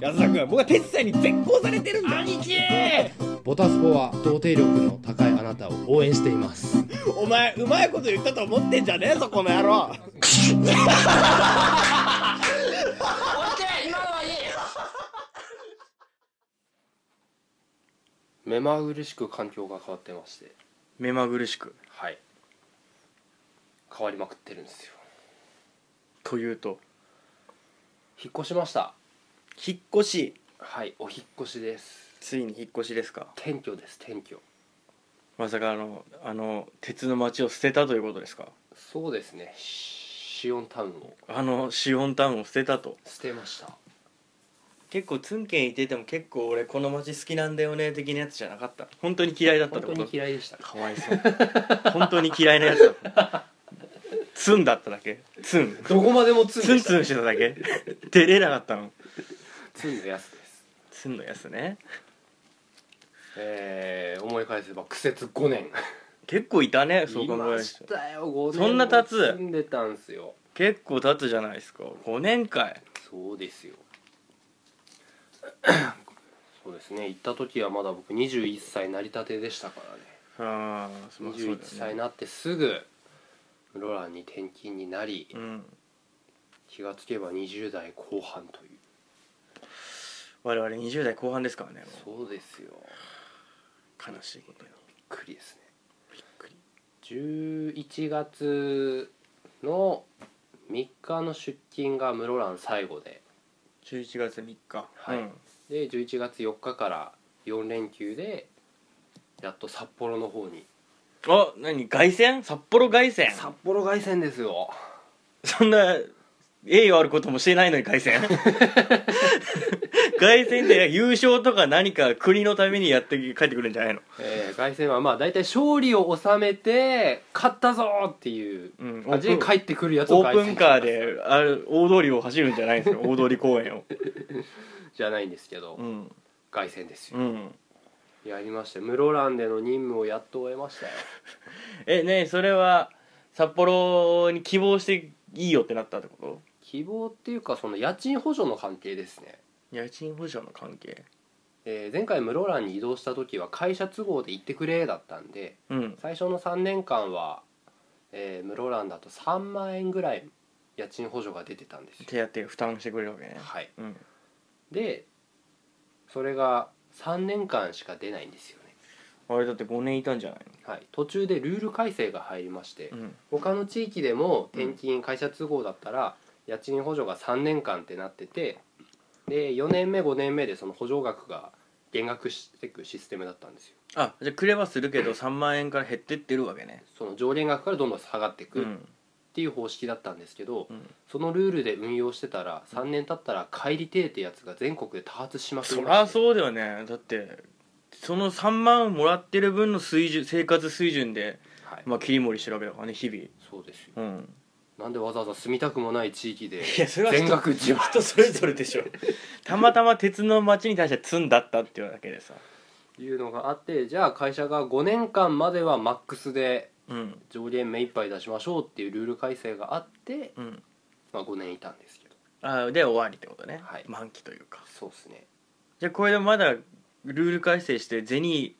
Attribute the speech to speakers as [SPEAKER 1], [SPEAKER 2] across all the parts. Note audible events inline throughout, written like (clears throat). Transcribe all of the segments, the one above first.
[SPEAKER 1] 安田君僕は哲さんに絶交されてるんだ
[SPEAKER 2] 兄貴
[SPEAKER 3] ボタスポは童貞力の高いあなたを応援しています
[SPEAKER 1] お前うまいこと言ったと思ってんじゃねえぞこの野郎
[SPEAKER 2] オッケー今のはいい
[SPEAKER 4] 目まぐるしく環境が変わってまして
[SPEAKER 5] 目まぐるしく
[SPEAKER 4] はい変わりまくってるんですよ
[SPEAKER 5] というと
[SPEAKER 4] 引っ越しました
[SPEAKER 5] 引っ越し
[SPEAKER 4] はいお引っ越しです
[SPEAKER 5] ついに引っ越しですか
[SPEAKER 4] 転居です転居
[SPEAKER 5] まさかあのあの鉄の町を捨てたということですか
[SPEAKER 4] そうですねシシオンタウンを
[SPEAKER 5] あのシオンタウンを捨てたと
[SPEAKER 4] 捨てました
[SPEAKER 5] 結構ツンケンいてても結構俺この町好きなんだよね的なやつじゃなかった本当に嫌いだったっ
[SPEAKER 4] 本
[SPEAKER 5] て
[SPEAKER 4] 当
[SPEAKER 5] こ
[SPEAKER 4] に
[SPEAKER 5] と
[SPEAKER 4] 嫌いでした
[SPEAKER 5] かわいそう本当に嫌いなやつだツンだっただけツン
[SPEAKER 4] どこまでもツン
[SPEAKER 5] ツ
[SPEAKER 4] で
[SPEAKER 5] ン
[SPEAKER 4] した
[SPEAKER 5] ツンしてただけ出れなかったの
[SPEAKER 4] ツンのやつです
[SPEAKER 5] ツンのやつね
[SPEAKER 4] えー、思い返せば苦節5年
[SPEAKER 5] 結構いたねそう
[SPEAKER 4] い
[SPEAKER 5] 考え
[SPEAKER 4] ま
[SPEAKER 5] る
[SPEAKER 4] し
[SPEAKER 5] と
[SPEAKER 4] たよ5年
[SPEAKER 5] そんな経つ
[SPEAKER 4] 住んでたんすよ
[SPEAKER 5] 結構経つじゃないですか5年間
[SPEAKER 4] そうですよ (coughs) そうですね行った時はまだ僕21歳成り立てでしたからね
[SPEAKER 5] ああそりゃそう
[SPEAKER 4] 21
[SPEAKER 5] だ
[SPEAKER 4] 歳
[SPEAKER 5] よ
[SPEAKER 4] に
[SPEAKER 5] ね
[SPEAKER 4] なってすぐロランに転勤になり
[SPEAKER 5] うん
[SPEAKER 4] 気がつけば20代後半という
[SPEAKER 5] 我々20代後半ですからねもう
[SPEAKER 4] そうですよ
[SPEAKER 5] 悲しいことに
[SPEAKER 4] びっくりですね
[SPEAKER 5] びっくり
[SPEAKER 4] 11月の3日の出勤が室蘭最後で
[SPEAKER 5] 11月3日
[SPEAKER 4] はい
[SPEAKER 5] うん
[SPEAKER 4] で11月4日から4連休でやっと札幌の方に
[SPEAKER 5] あ何凱旋札幌凱旋
[SPEAKER 4] 札幌凱旋ですよ
[SPEAKER 5] そんな栄誉あることもしてないのに凱 (laughs) 旋凱旋で優勝とか何か国のためにやって帰ってくるんじゃないの、
[SPEAKER 4] えー凱旋はまあ大体勝利を収めて勝ったぞーっていう
[SPEAKER 5] うん、
[SPEAKER 4] 感じで帰ってくるやつ
[SPEAKER 5] オ
[SPEAKER 4] を
[SPEAKER 5] ー
[SPEAKER 4] 凱旋
[SPEAKER 5] プンカーである大通りを走るんじゃないんですよ大通公 (laughs) 園を
[SPEAKER 4] じゃないんですけど
[SPEAKER 5] うん
[SPEAKER 4] 凱旋ですよ
[SPEAKER 5] うん
[SPEAKER 4] やりましたよ室蘭での任務をやっと終えましたよ
[SPEAKER 5] えねえそれは札幌に希望していいよってなったってこと
[SPEAKER 4] 希望っていうかその家賃補助の関係ですね、
[SPEAKER 5] 家賃保障の関係
[SPEAKER 4] えー前回室蘭に移動した時は会社都合で行ってくれだったんで
[SPEAKER 5] うん
[SPEAKER 4] 最初の3年間は、えー室蘭だと3万円ぐらい家賃補助が出てたんですよ
[SPEAKER 5] 手当負担してくれるわけね
[SPEAKER 4] はい
[SPEAKER 5] うん
[SPEAKER 4] でそれが3年間しか出ないんですよね
[SPEAKER 5] あれだって5年いたんじゃない
[SPEAKER 4] はい、途中でルール改正が入りまして、
[SPEAKER 5] のうん
[SPEAKER 4] 他の地域でも転勤会社都合だったら家賃補助が3年間ってなっててで4年目5年目でその補助額が減額していくシステムだったんですよ
[SPEAKER 5] あじゃあくれはするけど3万円から減ってってるわけね
[SPEAKER 4] その上限額からどんどん下がっていくっ
[SPEAKER 5] ん
[SPEAKER 4] ていう方式だったんですけど、
[SPEAKER 5] うん
[SPEAKER 4] そのルールで運用してたら3年経ったら帰りてえってやつが全国で多発しまく
[SPEAKER 5] そ
[SPEAKER 4] り
[SPEAKER 5] り
[SPEAKER 4] ま
[SPEAKER 5] ゃ
[SPEAKER 4] して
[SPEAKER 5] そうだよねだってその3万もらってる分の水準生活水準で、
[SPEAKER 4] はい、
[SPEAKER 5] まあ、切り盛りしてるわけだからね日々
[SPEAKER 4] そうですよ
[SPEAKER 5] うん
[SPEAKER 4] なんでわざわざ住みたくもない地域で
[SPEAKER 5] やそれ
[SPEAKER 4] 全額自腹
[SPEAKER 5] 人それぞれでし (laughs) ょたまたま鉄の町に対して積んだったっていうだけでさ
[SPEAKER 4] いうのがあってじゃあ会社が5年間まではマックスで
[SPEAKER 5] うん
[SPEAKER 4] 上限目いっぱい出しましょうっていうルール改正があって、
[SPEAKER 5] うん
[SPEAKER 4] まあ、5年いたんですけど
[SPEAKER 5] あで終わりってことね、
[SPEAKER 4] はい
[SPEAKER 5] 満期というか
[SPEAKER 4] そうですね
[SPEAKER 5] じゃあこれでまだルール改正して銭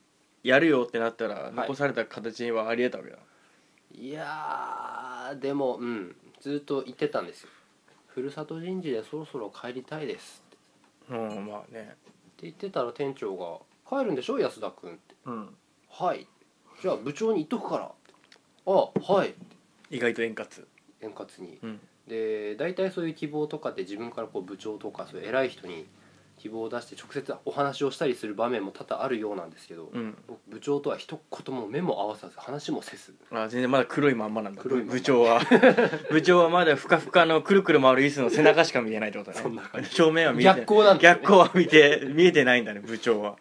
[SPEAKER 5] やるよってなったら
[SPEAKER 4] い
[SPEAKER 5] 残された形はありえたわけだ、
[SPEAKER 4] いやーでもうんずっと言ってたんですよふるさと人事でそろそろ帰りたいですって
[SPEAKER 5] うんまあね
[SPEAKER 4] 言ってたら店長が「帰るんでしょ安田君」って
[SPEAKER 5] うん
[SPEAKER 4] 「はい」じゃあ部長に言っとくからって「あはい」
[SPEAKER 5] 意外と円滑
[SPEAKER 4] 円滑に
[SPEAKER 5] うん
[SPEAKER 4] で大体そういう希望とかって自分からこう部長とかそういう偉い人に希望を出して直接お話をしたりする場面も多々あるようなんですけど、
[SPEAKER 5] うん
[SPEAKER 4] 僕部長とは一言も目も合わさず話もせず
[SPEAKER 5] あ全然まだ黒いまんまなんだ
[SPEAKER 4] 黒いまんま
[SPEAKER 5] 部長は (laughs) 部長はまだふかふかのくるくる回る椅子の背中しか見えないってことだ
[SPEAKER 4] そんな
[SPEAKER 5] ね正面は見え
[SPEAKER 4] 逆
[SPEAKER 5] てない
[SPEAKER 4] 光なんですよ、
[SPEAKER 5] 逆
[SPEAKER 4] ね、
[SPEAKER 5] 光は見て見えてないんだね部長は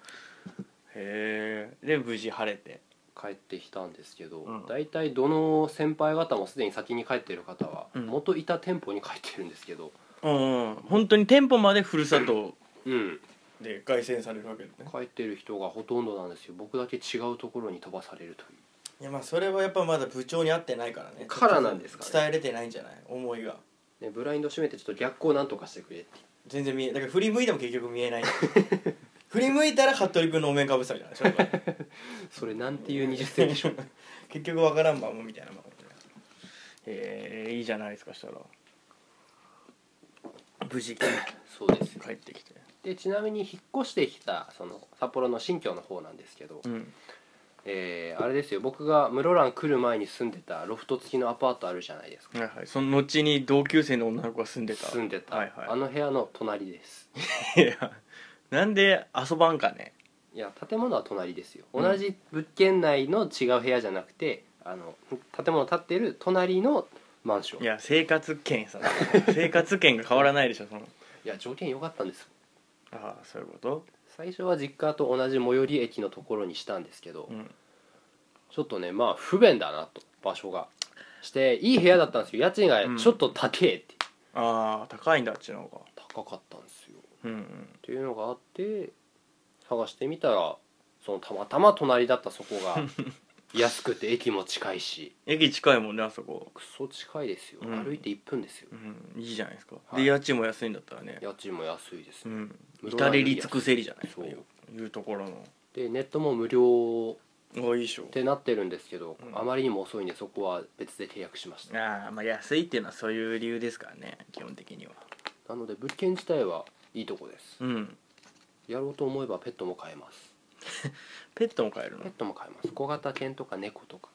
[SPEAKER 5] へえで無事晴れて
[SPEAKER 4] 帰ってきたんですけど、
[SPEAKER 5] うん
[SPEAKER 4] 大体どの先輩方もすでに先に帰ってる方は
[SPEAKER 5] うん
[SPEAKER 4] 元いた店舗に帰ってるんですけど
[SPEAKER 5] うん本当に店舗までふるさと
[SPEAKER 4] うん
[SPEAKER 5] で凱旋されるわけだね
[SPEAKER 4] 帰ってる人がほとんどなんですよ僕だけ違うところに飛ばされるという
[SPEAKER 5] いやまあそれはやっぱまだ部長に会ってないからね
[SPEAKER 4] からなんですかね
[SPEAKER 5] 伝えれてないんじゃない思いが
[SPEAKER 4] ね、ブラインド閉めてちょっと逆光なんとかしてくれって
[SPEAKER 5] 全然見えだから振り向いても結局見えない (laughs) 振り向いたら服部君のお面かぶってたじゃないそれは
[SPEAKER 4] それなんていう20世紀書
[SPEAKER 5] (laughs) 結局わからんままみたいなままえー、いいじゃないですかしたら無事帰
[SPEAKER 4] そうですよ
[SPEAKER 5] ってきて
[SPEAKER 4] でちなみに引っ越してきたその札幌の新居の方なんですけど、
[SPEAKER 5] うん
[SPEAKER 4] えーあれですよ僕が室蘭来る前に住んでたロフト付きのアパートあるじゃないですか
[SPEAKER 5] はいはいその後に同級生の女の子が住んでた
[SPEAKER 4] 住んでた、
[SPEAKER 5] はいはい
[SPEAKER 4] あの部屋の隣です
[SPEAKER 5] いやなんで遊ばんかね
[SPEAKER 4] いや建物は隣ですよ
[SPEAKER 5] うん
[SPEAKER 4] 同じ物件内の違う部屋じゃなくて、あの建物建ってる隣のマンション
[SPEAKER 5] い
[SPEAKER 4] いや
[SPEAKER 5] や生活圏さ生活圏が変わらないでしょその
[SPEAKER 4] 条件良かったんです
[SPEAKER 5] ああそういうこと
[SPEAKER 4] 最初は実家と同じ最寄り駅のところにしたんですけど、
[SPEAKER 5] うん
[SPEAKER 4] ちょっとねまあ不便だなと場所がしていい部屋だったんですよ家賃が
[SPEAKER 5] うん
[SPEAKER 4] ちょっと高えって、
[SPEAKER 5] ああ高いんだあっちの方が
[SPEAKER 4] 高かったんですよ
[SPEAKER 5] うんうん
[SPEAKER 4] っていうのがあって探してみたらそのたまたま隣だったそこ
[SPEAKER 5] (laughs)
[SPEAKER 4] が安くて駅も近いし
[SPEAKER 5] 駅近いもんねあそこ
[SPEAKER 4] クソ近いですよ、
[SPEAKER 5] うん
[SPEAKER 4] 歩いて1分ですよ
[SPEAKER 5] うんいいじゃないですか、
[SPEAKER 4] はい
[SPEAKER 5] で家賃も安いんだったらね
[SPEAKER 4] 家賃も安いです
[SPEAKER 5] う
[SPEAKER 4] ね、
[SPEAKER 5] ん
[SPEAKER 4] 室
[SPEAKER 5] 至
[SPEAKER 4] 蘭
[SPEAKER 5] れり尽くせりじゃない
[SPEAKER 4] そう
[SPEAKER 5] いういうところの
[SPEAKER 4] でネットも無料
[SPEAKER 5] ああいいでしょ
[SPEAKER 4] ってなってるんですけど、
[SPEAKER 5] うん
[SPEAKER 4] あまりにも遅いんでそこは別で契約しました
[SPEAKER 5] ああまあ安いっていうのはそういう理由ですからね基本的には
[SPEAKER 4] なので物件自体はいいとこです、
[SPEAKER 5] うん
[SPEAKER 4] やろうと思えばペットも飼えます
[SPEAKER 5] ペットも飼える
[SPEAKER 4] ペッ
[SPEAKER 5] の
[SPEAKER 4] トも飼えます小型犬とか猫とか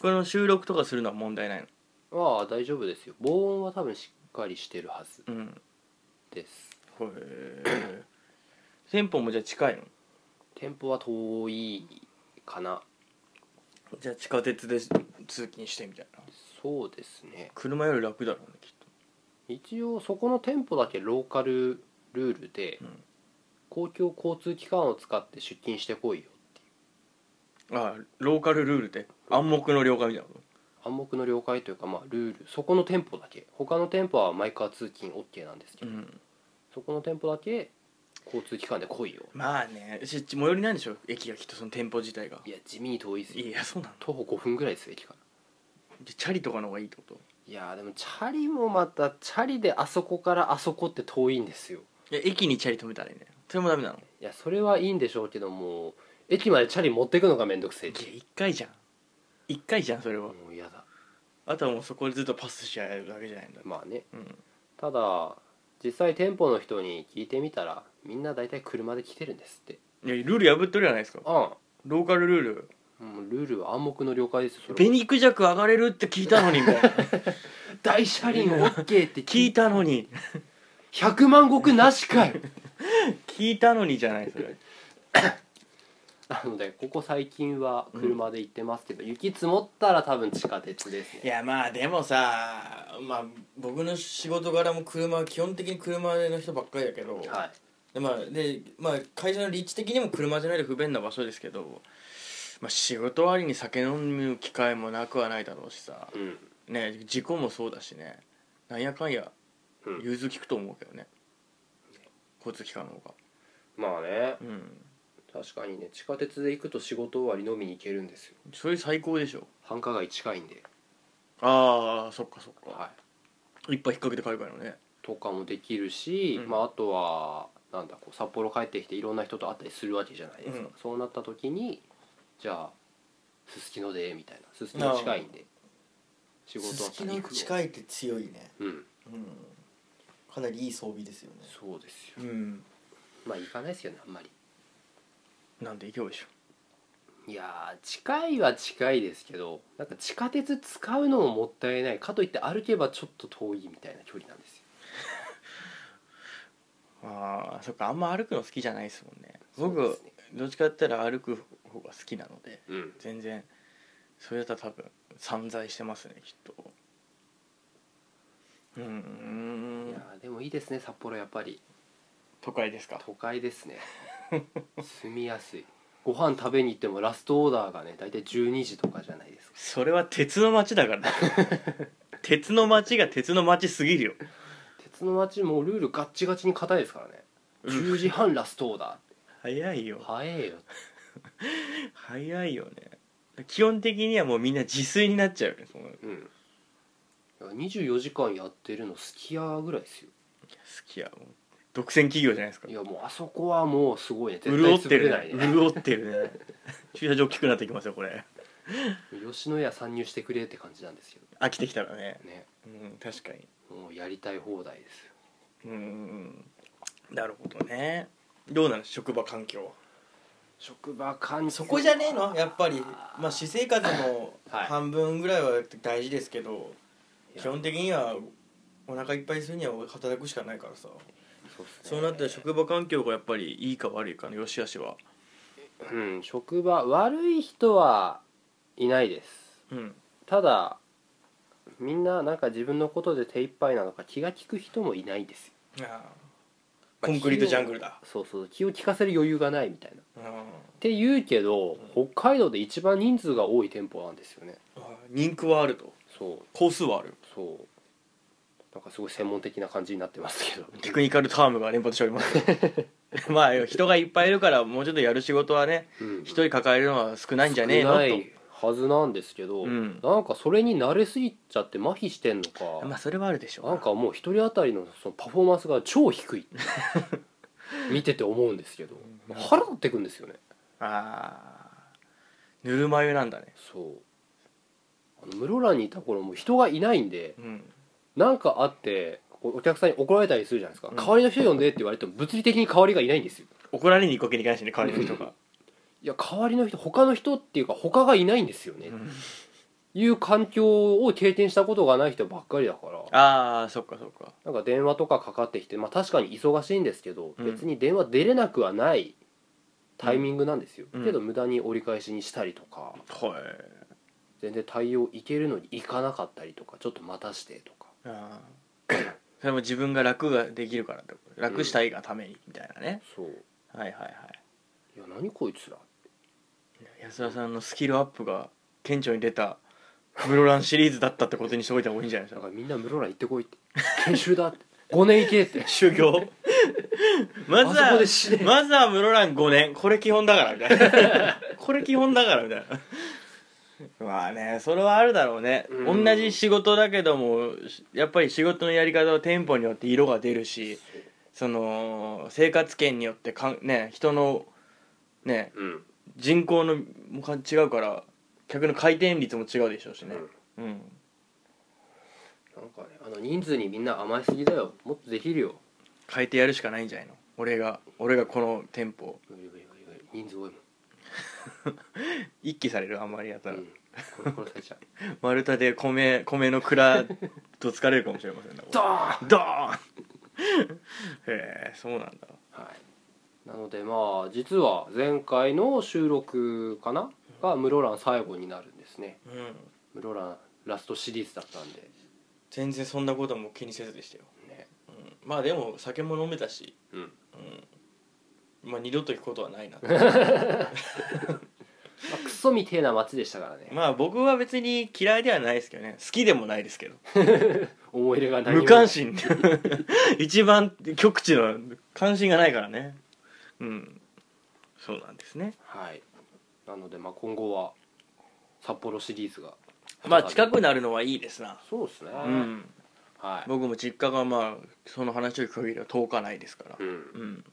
[SPEAKER 5] この収録とかするのは問題ないの
[SPEAKER 4] は大丈夫ですよ防音は多分しっかりしてるはず
[SPEAKER 5] うん
[SPEAKER 4] です
[SPEAKER 5] へ (coughs) え店舗もじゃあ近いの
[SPEAKER 4] 店舗は遠いかな
[SPEAKER 5] じゃあ地下鉄で通勤してみたいな
[SPEAKER 4] そうですね
[SPEAKER 5] 車より楽だろうねきっ
[SPEAKER 4] 一応そこの店舗だけローカルルールで、
[SPEAKER 5] うん
[SPEAKER 4] 公共交通機関を使って出勤してこいよ
[SPEAKER 5] とああローカルルールって暗黙の了解みたいなこ
[SPEAKER 4] 暗黙の了解というかまあルールそこの店舗だけ他の店舗はマイカー通勤 OK なんですけ
[SPEAKER 5] と
[SPEAKER 4] ど、
[SPEAKER 5] ん
[SPEAKER 4] そこの店舗だけ交通機関で来いよ
[SPEAKER 5] まあねし最寄りなんでしょ駅がきっとその店舗自体が
[SPEAKER 4] いや地味に遠いですよ
[SPEAKER 5] いやそうなの
[SPEAKER 4] 徒歩5分ぐらいですよ駅から
[SPEAKER 5] じゃあチャリとかの方がいいってこと
[SPEAKER 4] いやーでもチャリもまたチャリであそこからあそこって遠いんですよ
[SPEAKER 5] いや駅にチャリ止めたらいいねそれもダメなの
[SPEAKER 4] いやそれはいいんでしょうけども駅までチャリ持ってくのがめんどくせえっ
[SPEAKER 5] い
[SPEAKER 4] て
[SPEAKER 5] や一回じゃん一回じゃんそれは、
[SPEAKER 4] もう嫌だ
[SPEAKER 5] あとはもうそこでずっとパスし合うだけじゃないんだ、
[SPEAKER 4] まあね
[SPEAKER 5] うん
[SPEAKER 4] ただ実際店舗の人に聞いてみたらみんな大体車で来てるんですって
[SPEAKER 5] いやルール破ってるじゃないですか
[SPEAKER 4] あ
[SPEAKER 5] ローカルルール
[SPEAKER 4] あもうルールは暗黙の了解ですよそれは
[SPEAKER 5] 紅クジャク上がれるって聞いたのに (laughs) みたいな
[SPEAKER 4] 大車輪 OK って
[SPEAKER 5] 聞
[SPEAKER 4] 聞
[SPEAKER 5] い
[SPEAKER 4] い
[SPEAKER 5] たのに
[SPEAKER 4] 100万石なしかい (laughs)
[SPEAKER 5] 聞いたのにじゃないそれ
[SPEAKER 4] なのでここ最近は車で行ってますけど、雪積もったら多分地下鉄です
[SPEAKER 5] い
[SPEAKER 4] ね
[SPEAKER 5] やまあでもさまあ僕の仕事柄も車は基本的に車の人ばっかりだけど、
[SPEAKER 4] はい
[SPEAKER 5] でまあでまあ、会社の立地的にも車じゃないと不便な場所ですけど、まあ、仕事終わりに酒飲む機会もなくはないだろうしさ
[SPEAKER 4] うん
[SPEAKER 5] ね事故もそうだしねなんやかんや
[SPEAKER 4] うん
[SPEAKER 5] 融通聞くと思うけどね、交通機関の方が
[SPEAKER 4] まあね
[SPEAKER 5] うん
[SPEAKER 4] 確かにね地下鉄で行くと仕事終わり飲みに行けるんですよ
[SPEAKER 5] それ最高でしょ
[SPEAKER 4] 繁華街近いんで、
[SPEAKER 5] ああそっかそっか、
[SPEAKER 4] はい、
[SPEAKER 5] い、っぱい引っ掛けて帰るからね
[SPEAKER 4] とかもできるし、
[SPEAKER 5] うん
[SPEAKER 4] まあ、あとはなんだこう札幌帰ってきていろんな人と会ったりするわけじゃないですか、
[SPEAKER 5] うん
[SPEAKER 4] そうなった時にじゃあすすきのでみたいなすすきの近いんで仕事あったら行くい、
[SPEAKER 5] いって強いね
[SPEAKER 4] うん、
[SPEAKER 5] うんかなりいい装備ですよね
[SPEAKER 4] そうですよ
[SPEAKER 5] うん
[SPEAKER 4] まあ行かないですよねあんまり
[SPEAKER 5] なんで行けばいいでしょ
[SPEAKER 4] いやー近いは近いですけどなんか地下鉄使うのももったいないかといって歩けばちょっと遠いみたいな距離なんですよ
[SPEAKER 5] ああそっかあんま歩くの好きじゃないですもんね
[SPEAKER 4] そうで
[SPEAKER 5] 僕
[SPEAKER 4] すね
[SPEAKER 5] どっちかやったら歩く方が好きなので
[SPEAKER 4] うん
[SPEAKER 5] 全然それだったら多分散財してますねきっとうー
[SPEAKER 4] い
[SPEAKER 5] ん
[SPEAKER 4] やーでもいいですね札幌やっぱり
[SPEAKER 5] 都会ですか
[SPEAKER 4] 都会ですね住みやすいご飯食べに行ってもラストオーダーがね大体12時とかじゃないですか
[SPEAKER 5] それは鉄の町だから (laughs) だ鉄の町が鉄の町すぎるよ
[SPEAKER 4] 鉄の街もうルールガッチガチに硬いですからね
[SPEAKER 5] うん
[SPEAKER 4] 10時半ラストオーダ
[SPEAKER 5] 早い (laughs) よ
[SPEAKER 4] ー早えよ
[SPEAKER 5] 早いよね基本的にはもうみんな自炊になっちゃうよねその好
[SPEAKER 4] うん24時間やってるのすき家ぐらいですよ
[SPEAKER 5] きやもう独占企業じゃないですか
[SPEAKER 4] いやもうあそこはもうすごいね絶対
[SPEAKER 5] 潤っ
[SPEAKER 4] 潰
[SPEAKER 5] てる
[SPEAKER 4] れない
[SPEAKER 5] ね
[SPEAKER 4] ね
[SPEAKER 5] 潤ってる
[SPEAKER 4] (laughs)
[SPEAKER 5] ね駐車場大きくなってきますよこれ
[SPEAKER 4] 吉野家参入してくれって感じなんですよ
[SPEAKER 5] 飽きてきたらね
[SPEAKER 4] ね
[SPEAKER 5] うん確かに
[SPEAKER 4] もうやりたい放題ですよ
[SPEAKER 5] うんうんうんなるほどねどうなの職場環境は
[SPEAKER 4] 職場環境
[SPEAKER 5] そこじゃねえのやっぱりまあ私生活も
[SPEAKER 4] はい
[SPEAKER 5] 半分ぐらいは大事ですけど、
[SPEAKER 4] いや
[SPEAKER 5] 基本的にはお腹いっぱいするには働くしかないからさ、
[SPEAKER 4] そうっすね
[SPEAKER 5] そうなったら職場環境がやっぱりいいか悪いかの良し悪しは
[SPEAKER 4] うん職場悪い人はいないです
[SPEAKER 5] うん
[SPEAKER 4] ただみんななんか自分のことで手一杯なのか気が利く人もいないですよ
[SPEAKER 5] あコンクリートジャングルだ
[SPEAKER 4] そうそう気を利かせる余裕がないみたいなっ
[SPEAKER 5] あ
[SPEAKER 4] て言うけど北海道で一番人数が多い店舗なんですよね
[SPEAKER 5] あ人気はあると
[SPEAKER 4] そう
[SPEAKER 5] 工数はある
[SPEAKER 4] そうなんかすごい専門的な感じになってますけ
[SPEAKER 5] (laughs)
[SPEAKER 4] ど
[SPEAKER 5] テクニカルタームが連発しております (laughs) まあ人がいっぱいいるからもうちょっとやる仕事はね
[SPEAKER 4] うん
[SPEAKER 5] 一人抱えるのは少ないんじゃねえの
[SPEAKER 4] 少
[SPEAKER 5] と
[SPEAKER 4] ないはずなんですけど、
[SPEAKER 5] うん
[SPEAKER 4] なんかそれに慣れすぎちゃって麻痺してんのか、
[SPEAKER 5] まあそれはあるでしょう
[SPEAKER 4] なんかもう一人当たりのそのパフォーマンスが超低
[SPEAKER 5] (laughs)
[SPEAKER 4] い見てて思うんですけど腹立ってくんですよね
[SPEAKER 5] ああぬるま湯なんだね
[SPEAKER 4] そうあの室蘭にいた頃も人がいないんで
[SPEAKER 5] うん
[SPEAKER 4] なんかあってこうお客さんに怒られたりするじゃないですか、
[SPEAKER 5] うん
[SPEAKER 4] 代わりの人呼んでって言われても物理的に代わりがいないんですよ
[SPEAKER 5] 怒られに行くわけにいかないしね代わりの人が
[SPEAKER 4] いや代わりの人他の人っていうか他がいないんですよね、
[SPEAKER 5] うん
[SPEAKER 4] いう環境を経験したことがない人ばっかりだから
[SPEAKER 5] ああそっかそっか
[SPEAKER 4] なんか電話とかかかってきて、まあ、確かに忙しいんですけど、
[SPEAKER 5] うん
[SPEAKER 4] 別に電話出れなくはないタイミングなんですよ、
[SPEAKER 5] うん
[SPEAKER 4] けど無駄に折り返しにしたりとか
[SPEAKER 5] はい
[SPEAKER 4] 全然対応いけるのに行かなかったりとかちょっと待たしてとか
[SPEAKER 5] あーそれも自分が楽ができるからってこと楽したいがためにみたいなね、
[SPEAKER 4] そう
[SPEAKER 5] はいはいはい
[SPEAKER 4] いや何こいつら
[SPEAKER 5] 安田さんのスキルアップが顕著に出た室蘭シリーズだったってことにしておいた方がいいんじゃないで
[SPEAKER 4] だか
[SPEAKER 5] すから
[SPEAKER 4] みんな室蘭行ってこいって研修だって5年行けって
[SPEAKER 5] 修行 (laughs) まず
[SPEAKER 4] あそ
[SPEAKER 5] は
[SPEAKER 4] こで死ね
[SPEAKER 5] まずは室蘭5年これ基本だからみたい
[SPEAKER 4] (laughs)
[SPEAKER 5] なこれ基本だからみたいなまあねそれはあるだろうね、
[SPEAKER 4] うん
[SPEAKER 5] 同じ仕事だけどもやっぱり仕事のやり方は店舗によって色が出るしその生活圏によってかん、ね、人の、ね、
[SPEAKER 4] うん
[SPEAKER 5] 人口のもか違うから客の回転率も違うでしょうしね、うん、
[SPEAKER 4] なんかねあの人数にみんな甘えすぎだよもっとできるよ
[SPEAKER 5] 変えてやるしかないんじゃないの俺が俺がこの店舗
[SPEAKER 4] 無理無理無理無理人数多いもん
[SPEAKER 5] (laughs) 一気されるあんまりやったら、 (laughs)
[SPEAKER 4] うんこれ殺されちゃう
[SPEAKER 5] 丸太で米米の蔵と疲れるかもしれませんね
[SPEAKER 4] ドーン
[SPEAKER 5] ドーン (laughs) へえそうなんだ
[SPEAKER 4] はい、なのでまあ実は前回の収録かなが室蘭最後になるんですね
[SPEAKER 5] うん
[SPEAKER 4] 室蘭ラストシリーズだったんで
[SPEAKER 5] 全然そんなことも気にせずでしたよ、
[SPEAKER 4] ね
[SPEAKER 5] うん、まあでも酒も飲めたし、
[SPEAKER 4] うん
[SPEAKER 5] うん、まあ二度と行くことはないな
[SPEAKER 4] まあ、クソみてえな街でしたからね、
[SPEAKER 5] (laughs) まあ僕は別に嫌いではないですけどね好きでもないですけど
[SPEAKER 4] 思い入れが何も
[SPEAKER 5] 無関心一番極地の関心がないからねうんそうなんですね
[SPEAKER 4] はいなのでまあ今後は札幌シリーズが
[SPEAKER 5] まあ近くなるのはいいですな
[SPEAKER 4] そうですね、
[SPEAKER 5] うん
[SPEAKER 4] はい、
[SPEAKER 5] 僕も実家がまあその話を聞く限りは10日ないですから
[SPEAKER 4] うん
[SPEAKER 5] うん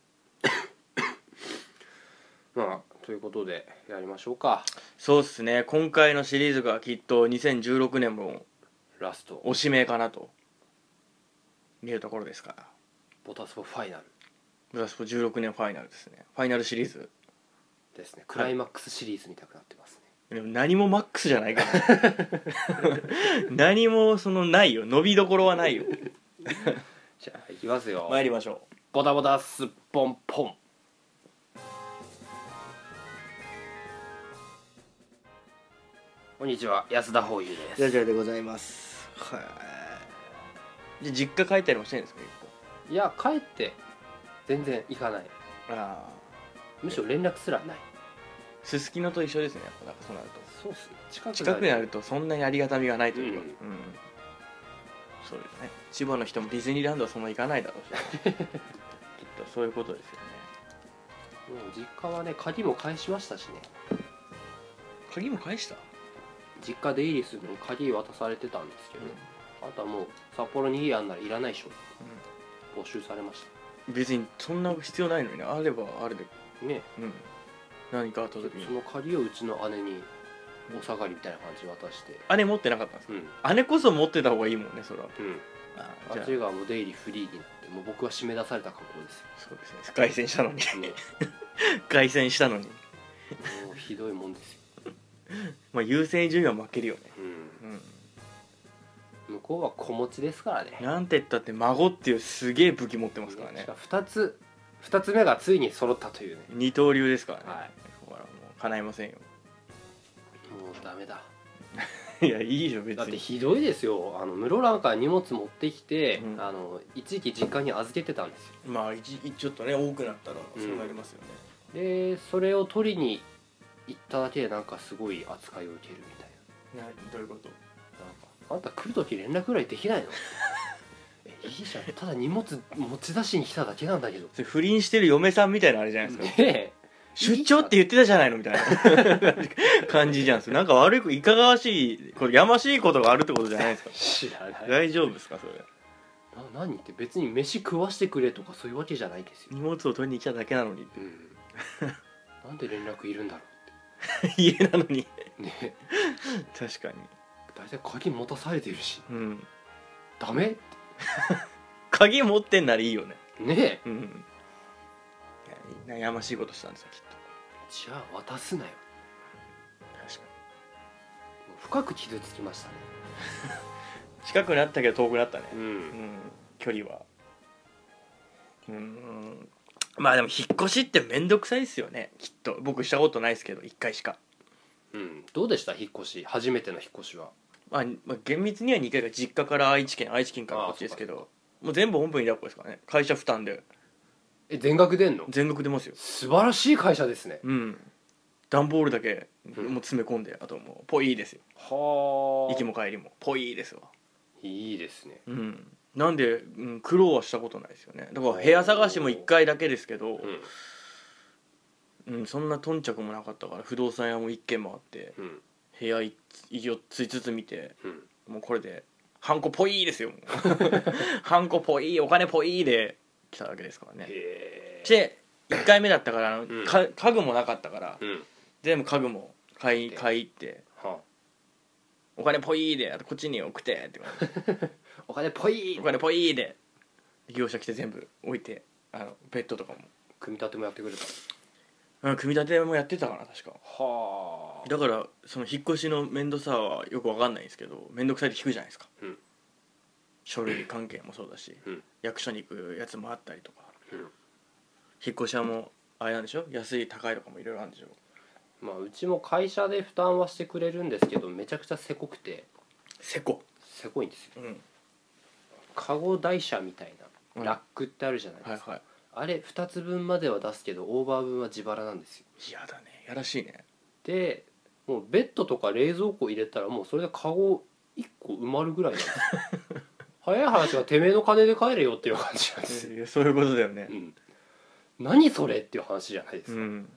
[SPEAKER 4] まあということでやりましょうか
[SPEAKER 5] そうっすね今回のシリーズがきっと2016年も
[SPEAKER 4] ラスト
[SPEAKER 5] おしめかなと見えるところですから
[SPEAKER 4] ボタスポファイナル
[SPEAKER 5] ブラスポ16年ファイナルですねファイナルシリーズ
[SPEAKER 4] ですねクライマックスシリーズみたくなってますね
[SPEAKER 5] でも何もマックスじゃない (laughs) から何もそのないよ伸びどころはないよ
[SPEAKER 4] じゃあいきますよ
[SPEAKER 5] 参りましょう
[SPEAKER 4] ボタボタすっぽんぽんこんにちは安田宝裕です
[SPEAKER 5] ジャでございますはいじゃあ実家帰ったりもしてるんですか
[SPEAKER 4] いや帰って全然行かない
[SPEAKER 5] 結構ああ
[SPEAKER 4] むしろ連絡すらない
[SPEAKER 5] すすきのと一緒ですねやっぱなんかそうなると
[SPEAKER 4] そうっすね近く
[SPEAKER 5] 近くに
[SPEAKER 4] な
[SPEAKER 5] あるとそんなにありがたみがないというか、うんそうですね千葉の人もディズニーランドはそんな行かないだろうし (laughs) きっとそういうことですよね
[SPEAKER 4] もう実家はね鍵も返しましたしね
[SPEAKER 5] 鍵も返した
[SPEAKER 4] 実家出入りするのに鍵渡されてたんですけど、
[SPEAKER 5] うん
[SPEAKER 4] あとはもう札幌に家あんならいらないでしょ、
[SPEAKER 5] う
[SPEAKER 4] 募集されました
[SPEAKER 5] 別にそんな必要ないのにねあればあれで、
[SPEAKER 4] ね
[SPEAKER 5] うん、何かあった
[SPEAKER 4] そ
[SPEAKER 5] 時
[SPEAKER 4] そ
[SPEAKER 5] に
[SPEAKER 4] の借りをうちの姉にお下がりみたいな感じで渡して
[SPEAKER 5] 姉持ってなかったんです
[SPEAKER 4] うん
[SPEAKER 5] か姉こそ持ってた方がいいもんねそれは
[SPEAKER 4] うん
[SPEAKER 5] あ
[SPEAKER 4] あ
[SPEAKER 5] じゃ
[SPEAKER 4] っ
[SPEAKER 5] あ
[SPEAKER 4] ちがもう出入りフリーになってもう僕は締め出された格好
[SPEAKER 5] (laughs)
[SPEAKER 4] です
[SPEAKER 5] そうですね凱旋したのに
[SPEAKER 4] よ、ね
[SPEAKER 5] 凱旋したのに
[SPEAKER 4] もうひどいもんですよ、
[SPEAKER 5] まあ優先順位は負けるよね
[SPEAKER 4] う、
[SPEAKER 5] うん
[SPEAKER 4] 向こうは子持ちですからね
[SPEAKER 5] んなんて言ったって孫っていうすげえ武器持ってますから
[SPEAKER 4] し
[SPEAKER 5] ね
[SPEAKER 4] かも2つ2つ目がついに揃ったというね
[SPEAKER 5] 二刀流ですからね、
[SPEAKER 4] はい
[SPEAKER 5] だからもう叶いませんよ
[SPEAKER 4] もうダメだ
[SPEAKER 5] いやいいじゃん別
[SPEAKER 4] だって
[SPEAKER 5] に
[SPEAKER 4] ひどいですよあの室蘭から荷物持ってきて、
[SPEAKER 5] うん
[SPEAKER 4] あの一時期実家に預けてたんですよ
[SPEAKER 5] まあ一ちょっとね多くなったら
[SPEAKER 4] そうなります
[SPEAKER 5] よね、
[SPEAKER 4] でそれを取りに行っただけでなんかすごい扱いを受けるみたい
[SPEAKER 5] などういうこと
[SPEAKER 4] ななんかあんた来る時連絡ぐらいできない (laughs) のえいいじゃんただ荷物持ち出しに来ただけなんだけど
[SPEAKER 5] それ不倫してる嫁さんみたいなあれじゃないですか、 (laughs)
[SPEAKER 4] ねえ
[SPEAKER 5] 出張って言ってたじゃないのみたい (laughs) な感じじゃんそれなんか悪いこいかがわしいこれやましいことがあるってことじゃないですか
[SPEAKER 4] 知らない
[SPEAKER 5] 大丈夫ですかそれ
[SPEAKER 4] な何って別に飯食わしてくれとかそういうわけじゃないですよ、
[SPEAKER 5] 荷物を取りに来ただけなのにって
[SPEAKER 4] うんなんで連絡いるんだろ
[SPEAKER 5] (laughs) 家なのに
[SPEAKER 4] うねえ
[SPEAKER 5] 確かに
[SPEAKER 4] 大体鍵持たされてるし
[SPEAKER 5] うん
[SPEAKER 4] ダメ
[SPEAKER 5] 鍵持ってんならいいよね
[SPEAKER 4] ねえ
[SPEAKER 5] うんいや悩ましいことしたんですよきっと
[SPEAKER 4] じゃあ渡すなよ
[SPEAKER 5] 確か
[SPEAKER 4] 深く傷つきましたね
[SPEAKER 5] に近くなったけど遠くなったね
[SPEAKER 4] う
[SPEAKER 5] うんん距離はうんまあでも引っ越しって面倒くさいですよねきっと僕したことないですけど1回しか、
[SPEAKER 4] うんどうでした引っ越し初めての引っ越しは
[SPEAKER 5] まあ、まあ厳密には2回が実家から愛知県愛知県からこっちですけどもう全部本部に抱っこですからね会社負担で
[SPEAKER 4] え全額出んの
[SPEAKER 5] 全額出ますよ
[SPEAKER 4] 素晴らしい会社ですね
[SPEAKER 5] うん段ボールだけ
[SPEAKER 4] うん
[SPEAKER 5] もう詰め込んであともうポイですよ
[SPEAKER 4] は
[SPEAKER 5] 行きも帰りもポイですわ
[SPEAKER 4] いいですね
[SPEAKER 5] うんなんで、うん、苦労はしたことないですよねだから部屋探しも1回だけですけど、
[SPEAKER 4] うん
[SPEAKER 5] うん、そんな頓着もなかったから不動産屋も1軒回って
[SPEAKER 4] うん
[SPEAKER 5] 部屋4つ5つ見て
[SPEAKER 4] うん
[SPEAKER 5] もうこれでハンコぽいですよも (laughs) うハンコぽいお金ぽいで来たわけですからね
[SPEAKER 4] へえ
[SPEAKER 5] で1回目だったからあの、
[SPEAKER 4] うん
[SPEAKER 5] か家具もなかったから
[SPEAKER 4] うん
[SPEAKER 5] 全部家具も買い
[SPEAKER 4] で
[SPEAKER 5] 買いって
[SPEAKER 4] は
[SPEAKER 5] お金ぽいであとこっちに送ってって言われて
[SPEAKER 4] あお金ぽい
[SPEAKER 5] お金ぽいで業者来て全部置いてあのベッドとかも
[SPEAKER 4] 組み立てもやってくれた
[SPEAKER 5] うん組み立てもやってたかな確か
[SPEAKER 4] は
[SPEAKER 5] だからその引っ越しの面倒さはよくわかんないんですけど面倒くさいって聞くじゃないですか、
[SPEAKER 4] うん
[SPEAKER 5] 書類関係もそうだし、
[SPEAKER 4] うん
[SPEAKER 5] 役所に行くやつもあったりとか、
[SPEAKER 4] うん
[SPEAKER 5] 引っ越しはもうあれなんでしょ安い高いとかもいろいろあるんでしょ
[SPEAKER 4] まあうちも会社で負担はしてくれるんですけどめちゃくちゃせこくて
[SPEAKER 5] せこ
[SPEAKER 4] せこいんですよ
[SPEAKER 5] うん
[SPEAKER 4] カゴ台車みたい
[SPEAKER 5] うん
[SPEAKER 4] なラックってあるじゃないです
[SPEAKER 5] はい
[SPEAKER 4] か
[SPEAKER 5] は
[SPEAKER 4] あれ2つ分までは出すけどオーバー分は自腹なんですよ
[SPEAKER 5] い嫌だねやらしいね
[SPEAKER 4] でもうベッドとか冷蔵庫入れたらもうそれでカゴ1個埋まるぐらいなん (laughs) ですよ早い話はてめえの金で帰れよっていう感じなんですよ、
[SPEAKER 5] いやそういうことだよね
[SPEAKER 4] うん、何それっていう話じゃないで
[SPEAKER 5] う
[SPEAKER 4] すか、
[SPEAKER 5] ん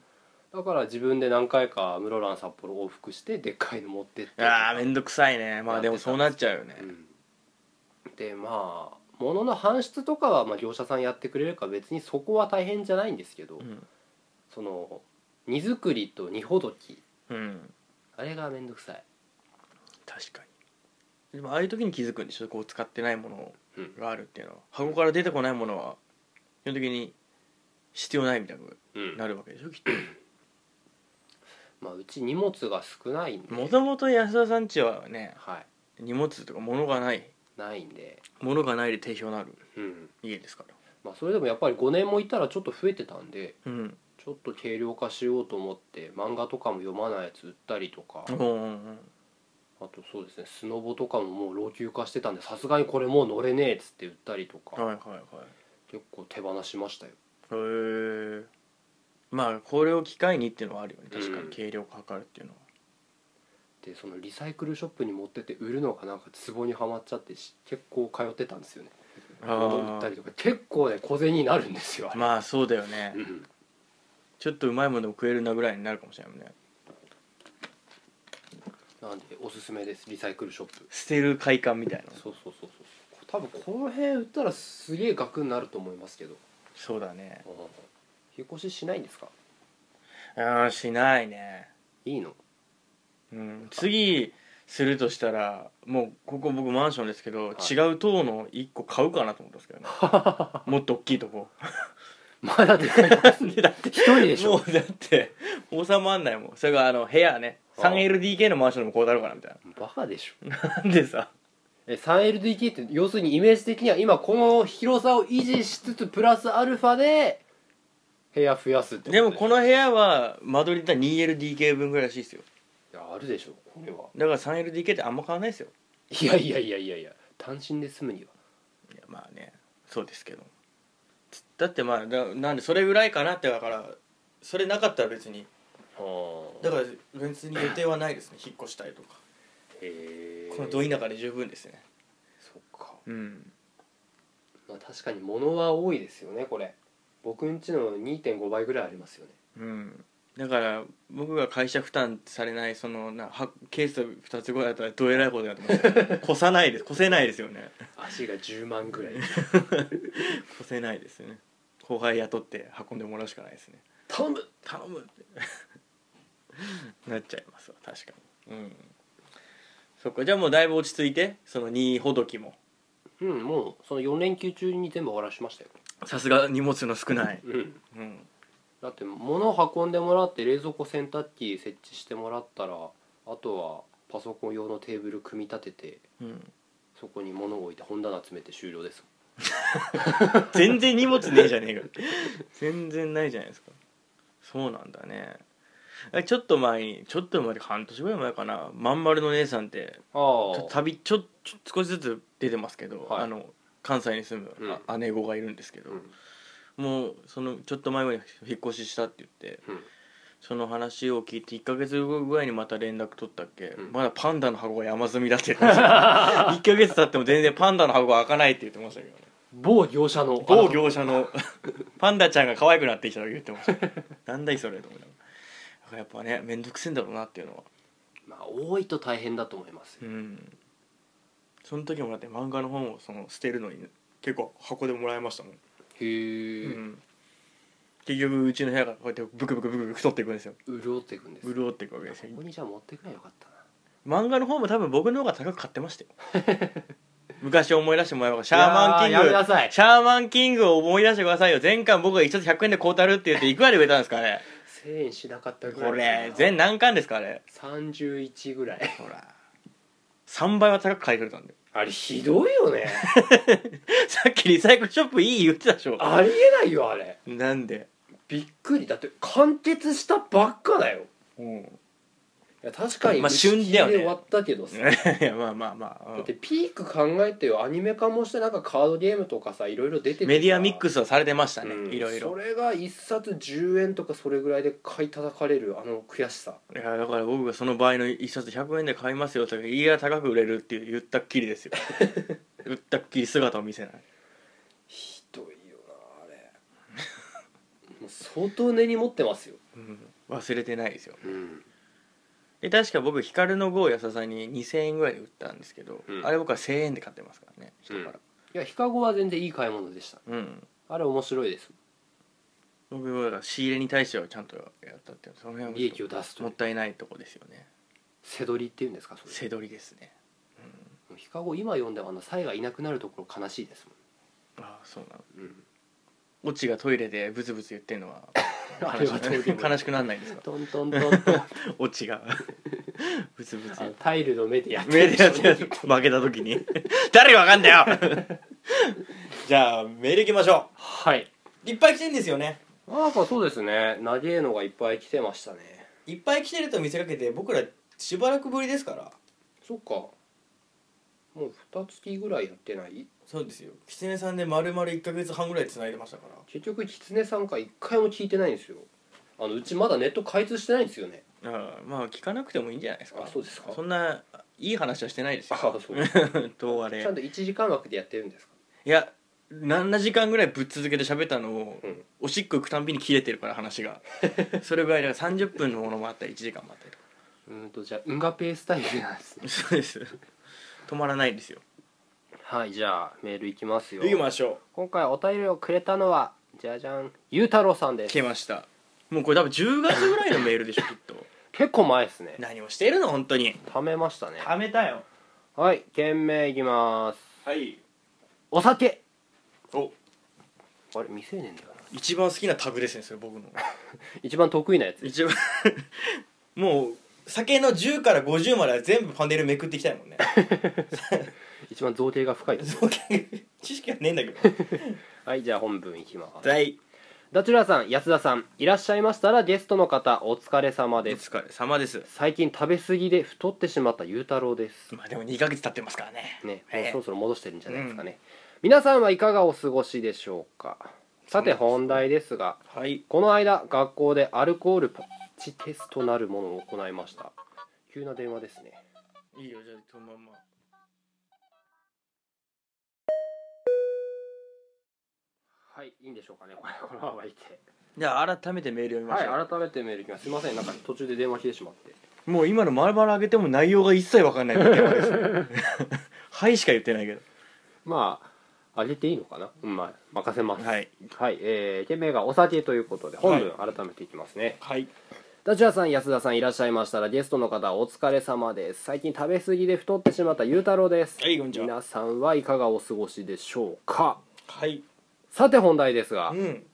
[SPEAKER 4] だから自分で何回か室蘭札幌往復してでっかいの持ってって
[SPEAKER 5] ああ面倒くさいねまあでもそうなっちゃうよね
[SPEAKER 4] うんでまあ物の搬出とかはまあ業者さんやってくれるから別にそこは大変じゃないんですけど、
[SPEAKER 5] うん
[SPEAKER 4] その荷造りと荷ほどき
[SPEAKER 5] うん
[SPEAKER 4] あれが面倒くさい
[SPEAKER 5] 確かにでもああいう時に気づくんでしょこう使ってないものを
[SPEAKER 4] うん
[SPEAKER 5] があるっていうのは箱から出てこないものは基本的に必要ないみたいに
[SPEAKER 4] うん
[SPEAKER 5] なるわけでしょきっと
[SPEAKER 4] まあ、うち荷物が少ないんで、
[SPEAKER 5] もともと安田さんちはね
[SPEAKER 4] はい、
[SPEAKER 5] 荷物とか物がない
[SPEAKER 4] ないんで、
[SPEAKER 5] 物がないで定評のある
[SPEAKER 4] うん
[SPEAKER 5] 家ですから
[SPEAKER 4] まあ、それでもやっぱり5年もいたらちょっと増えてたんで
[SPEAKER 5] うん
[SPEAKER 4] ちょっと軽量化しようと思って漫画とかも読まないやつ売ったりとか
[SPEAKER 5] うんうん
[SPEAKER 4] あとそうですねスノボとかももう老朽化してたんでさすがにこれもう乗れねえっつって売ったりと
[SPEAKER 5] うん
[SPEAKER 4] か
[SPEAKER 5] はいはいはい
[SPEAKER 4] 結構手放しましたよ
[SPEAKER 5] へえまあこれを機会にっていうのはあるよね確か
[SPEAKER 4] う
[SPEAKER 5] に
[SPEAKER 4] ん
[SPEAKER 5] 軽量化かるっていうのは
[SPEAKER 4] でそのリサイクルショップに持ってって売るのがなんかツボにはまっちゃってし結構通ってたんですよね売ったりとか結構ね小銭になるんですよあれ、
[SPEAKER 5] まあそうだよね
[SPEAKER 4] うん
[SPEAKER 5] ちょっとうまいものを食えるなぐらいになるかもしれないもんね
[SPEAKER 4] なんでおすすめですリサイクルショップ
[SPEAKER 5] 捨てる快感みたいな
[SPEAKER 4] そうそうそうそう多分この辺売ったらすげえ額になると思いますけど
[SPEAKER 5] そうだね
[SPEAKER 4] うん引っ越ししないんですか
[SPEAKER 5] うんしないね
[SPEAKER 4] いいの
[SPEAKER 5] うん次するとしたらもうここ僕マンションですけ
[SPEAKER 4] い
[SPEAKER 5] ど、違う棟の1個買うかなと思ったんですけ
[SPEAKER 4] (laughs)
[SPEAKER 5] どねもっと大きいとこ
[SPEAKER 4] まだでかい
[SPEAKER 5] なんでだって
[SPEAKER 4] 一人でしょ
[SPEAKER 5] もうだって収まんないもんそれがあの部屋ね
[SPEAKER 4] ああ
[SPEAKER 5] 3LDK のマンションでもこうだろうかなみたい
[SPEAKER 4] バカでしょ
[SPEAKER 5] ななんでさ
[SPEAKER 4] え 3LDK って要するにイメージ的には今この広さを維持しつつプラスアルファで部屋増やすってこと
[SPEAKER 5] でもこ
[SPEAKER 4] の
[SPEAKER 5] の部屋は間取りだったら 2LDK 分ぐらいらしいですよ
[SPEAKER 4] いやあるでしょこれは
[SPEAKER 5] だから 3LDK ってあんま変わんないですよ
[SPEAKER 4] いやいやいやいやいや単身で住むにはい
[SPEAKER 5] やまあねそうですけどつだってまあだなんでそれぐらいかなってだからそれなかったら別にだから別に予定はないですね引っ越したいとか
[SPEAKER 4] へえ
[SPEAKER 5] このど田舎で十分ですね
[SPEAKER 4] そっか、
[SPEAKER 5] うん
[SPEAKER 4] まあ、確かに物は多いですよねこれ僕んちの2.5倍ぐらいありますよね
[SPEAKER 5] うんだから僕が会社負担されないそのなはケース2つぐらいだったらどえらいことになってます (laughs) よ越さないです越せないですよね
[SPEAKER 4] 足が10万
[SPEAKER 5] (laughs)
[SPEAKER 4] ぐらい
[SPEAKER 5] 越せないですよね後輩雇って運んでもらうしかないですね
[SPEAKER 4] 頼む
[SPEAKER 5] 頼むって (laughs) なっちゃいますわ確かにうんそっかじゃあもうだいぶ落ち着いてその2ほどきも
[SPEAKER 4] うんもうその4連休中に全部終わらしましたよ
[SPEAKER 5] さすが荷物の少ない
[SPEAKER 4] うん
[SPEAKER 5] うん
[SPEAKER 4] だって物を運んでもらって冷蔵庫洗濯機設置してもらったらあとはパソコン用のテーブル組み立てて
[SPEAKER 5] うん、
[SPEAKER 4] そこに物を置いて本棚詰めて終了です
[SPEAKER 5] 全然荷物ねえじゃねえか全然ないじゃないですかそうなんだねあちょっと前にちょっと前で半年ぐらい前かなまんまるの姉さんって
[SPEAKER 4] あ
[SPEAKER 5] ちょ
[SPEAKER 4] あ
[SPEAKER 5] 旅ちょちょ少しずつ出てますけど、
[SPEAKER 4] はい
[SPEAKER 5] あの関西に住む、あ姉子がいるんですけど、
[SPEAKER 4] うん
[SPEAKER 5] もうそのちょっと前ぐらいに引っ越ししたって言って
[SPEAKER 4] うん
[SPEAKER 5] その話を聞いて1ヶ月後ぐらいにまた連絡取ったっけ、
[SPEAKER 4] うん
[SPEAKER 5] まだパンダの箱が山積みだって言ってました
[SPEAKER 4] (laughs)
[SPEAKER 5] 1ヶ月経っても全然パンダの箱が開かないって言ってましたけどね
[SPEAKER 4] 某業者の
[SPEAKER 5] 某業者の (laughs) パンダちゃんが可愛くなってきたと言ってましたなんだいそれと思いながらだからやっぱね面倒くせえんだろうなっていうのは
[SPEAKER 4] まあ多いと大変だと思いますよ
[SPEAKER 5] うんその時もだって漫画の本をその捨てるのに結構箱でもらいましたもん、
[SPEAKER 4] へえ、
[SPEAKER 5] うん結局うちの部屋がこうやってブクブクブクブク太っていくんですよ
[SPEAKER 4] 潤っていくんです
[SPEAKER 5] 潤っていくわけです
[SPEAKER 4] そ
[SPEAKER 5] よ
[SPEAKER 4] こにじゃあ持ってくればよかったな
[SPEAKER 5] 漫画の方も多分僕の方が高く買ってましたよ
[SPEAKER 4] (laughs)
[SPEAKER 5] 昔思い出してもらえばシャーマンキン
[SPEAKER 4] いやーやめ
[SPEAKER 5] グ
[SPEAKER 4] なさい
[SPEAKER 5] シャーマンキングを思い出してくださいよ前回僕が一冊100円で買うたるって言っていくらで売れたんですかね
[SPEAKER 4] 1000円しなかったぐらい
[SPEAKER 5] これ全何巻ですかあれ
[SPEAKER 4] 31ぐらい
[SPEAKER 5] ほら3倍は高く買い取れたんで
[SPEAKER 4] あれひどいよね
[SPEAKER 5] (laughs) さっきリサイクルショップいい言ってたでしょ
[SPEAKER 4] ありえないよあれ
[SPEAKER 5] なんで
[SPEAKER 4] びっくりだって完結したばっかだよ
[SPEAKER 5] うんい
[SPEAKER 4] いや確かに
[SPEAKER 5] まあ旬だよ
[SPEAKER 4] 打ち切り
[SPEAKER 5] ね
[SPEAKER 4] で終わったけどさ
[SPEAKER 5] やまあまあまあ
[SPEAKER 4] だってピーク考えてよアニメ化もしてなんかカードゲームとかさいろいろ出ててさ
[SPEAKER 5] うんメディアミックスはされてましたね、
[SPEAKER 4] うん
[SPEAKER 5] いろい
[SPEAKER 4] そ
[SPEAKER 5] ろ
[SPEAKER 4] れが1冊10円とかそれぐらいで買い叩かれるあの悔しさ
[SPEAKER 5] いやだから僕がその場合の1冊100円で買いますよって言ったらいや高く売れるって言ったっきりで
[SPEAKER 4] (laughs)
[SPEAKER 5] すよ言ったっきり姿を見せない
[SPEAKER 4] ひどいよなあれ
[SPEAKER 5] (laughs)
[SPEAKER 4] もう相当根に持ってますよ、
[SPEAKER 5] うん忘れてないですよ
[SPEAKER 4] うん、
[SPEAKER 5] で確か僕光の号やささに2000円ぐらいで売ったんですけど、
[SPEAKER 4] うん
[SPEAKER 5] あれ僕は1000円で買ってますからね人から
[SPEAKER 4] いやヒカゴは全然いい買い物でした
[SPEAKER 5] うん、
[SPEAKER 4] あれ面白いです
[SPEAKER 5] 僕はだから仕入れに対してはちゃんとやったっていうその辺は
[SPEAKER 4] 利益を出すとい
[SPEAKER 5] も
[SPEAKER 4] う
[SPEAKER 5] ったいないとこですよね
[SPEAKER 4] 背取りっていうんですかそ
[SPEAKER 5] 背取りですね
[SPEAKER 4] れヒカゴ今読んでもあのサイがいなくなるところ悲しいです
[SPEAKER 5] ああそうなの
[SPEAKER 4] もん、うん、
[SPEAKER 5] オチがトイレでブツブツ言ってるのは
[SPEAKER 4] あ
[SPEAKER 5] 悲
[SPEAKER 4] れ
[SPEAKER 5] し
[SPEAKER 4] はトイレ
[SPEAKER 5] く (laughs) 悲しくなんないですか
[SPEAKER 4] トントントントン
[SPEAKER 5] オチが (laughs) ブツブツ
[SPEAKER 4] あのタイルの目でやって
[SPEAKER 5] メ
[SPEAKER 4] る
[SPEAKER 5] ディアで負けた時に (laughs) 誰がわかんだよ (laughs) じゃあメール行きましょ
[SPEAKER 4] はい。
[SPEAKER 5] ういっぱい来てんですよね
[SPEAKER 4] なんかそうですね。長えのがいっぱい来てましたね。
[SPEAKER 5] いっぱい来てると見せかけて僕らしばらくぶりですから
[SPEAKER 4] そっか。もう二月ぐらいやってない。
[SPEAKER 5] そうですよ狐さんで丸々1か月半ぐらい繋いでましたから
[SPEAKER 4] 結局狐さんか一回も聞いてないんですよ。あのうちまだネット開通してないんですよね。
[SPEAKER 5] ああまあ聞かなくてもいいんじゃないですか
[SPEAKER 4] あそうですか
[SPEAKER 5] そんないい話はしてないですよ
[SPEAKER 4] あそう
[SPEAKER 5] (laughs) どうあれ
[SPEAKER 4] ちゃんと一時間枠でやってるんですか。
[SPEAKER 5] いや7時間ぐらいぶっ続けて喋ったのを、
[SPEAKER 4] うん
[SPEAKER 5] おしっこ行くたんびに切れてるから話
[SPEAKER 4] (laughs)
[SPEAKER 5] がそれぐらいだから30分のものもあったり1時間もあったりとか
[SPEAKER 4] うーんとじゃあ運河ペースタイルなんですね。 (laughs)
[SPEAKER 5] そうです止まらないですよ
[SPEAKER 4] はいじゃあメールいきますよ。
[SPEAKER 5] 行きましょ
[SPEAKER 4] 今回お便りをくれたのはじゃじゃんゆうたろうさんです
[SPEAKER 5] 来ましたもうこれ多分10月ぐらいのメールでしょきっ
[SPEAKER 4] (laughs)
[SPEAKER 5] と
[SPEAKER 4] 結構前ですね
[SPEAKER 5] 何をしているの本当に
[SPEAKER 4] 貯めましたね
[SPEAKER 5] めたよ
[SPEAKER 4] はい件名いきます
[SPEAKER 5] はい
[SPEAKER 4] お酒
[SPEAKER 5] お
[SPEAKER 4] あれ未成年だよな
[SPEAKER 5] 一番好きなタグですねそれ僕の
[SPEAKER 4] 一番得意なやつ
[SPEAKER 5] 一番 (laughs) もう酒の10から50までは全部パネルめくっていきたいもんね (laughs)
[SPEAKER 4] 一番造形が深いです
[SPEAKER 5] そう知識はねえんだけど
[SPEAKER 4] はいじゃあ本文いきます
[SPEAKER 5] はい
[SPEAKER 4] ダチュラさん安田さんいらっしゃいましたらゲストの方お疲れ様
[SPEAKER 5] お
[SPEAKER 4] です
[SPEAKER 5] 疲れ様です
[SPEAKER 4] 最近食べ過ぎで太ってしまったゆうたろうです
[SPEAKER 5] まあでも2ヶ月経ってますからね
[SPEAKER 4] ねもう
[SPEAKER 5] ええ
[SPEAKER 4] そろそろ戻してるんじゃないですかね、皆さんはいかがお過ごしでしょうかさて本題ですが
[SPEAKER 5] はい
[SPEAKER 4] この間学校でアルコールパッチテストなるものを行いました急な電話ですね
[SPEAKER 5] いいよじゃあそのまんま
[SPEAKER 4] はいいいんでしょうかねこれこのままいて
[SPEAKER 5] じゃあ改めてメール読みましょう、
[SPEAKER 4] はい改めてメールいきますすいませんなんか途中で電話来てしまって
[SPEAKER 5] もう今の丸々上げても内容が一切わかんないみたいな (laughs) ですねはいしか言ってないけど
[SPEAKER 4] まああげていいのかなうんまあ任せます
[SPEAKER 5] はい
[SPEAKER 4] はい、えー、件名がお酒ということで本文改めていきますね、
[SPEAKER 5] はい
[SPEAKER 4] ダチュラさん安田さんいらっしゃいましたらゲストの方お疲れ様です最近食べ過ぎで太ってしまったゆうたろうです
[SPEAKER 5] はいこんにちは
[SPEAKER 4] 皆さんはいかがお過ごしでしょうか
[SPEAKER 5] はい
[SPEAKER 4] さて本題ですが
[SPEAKER 5] うん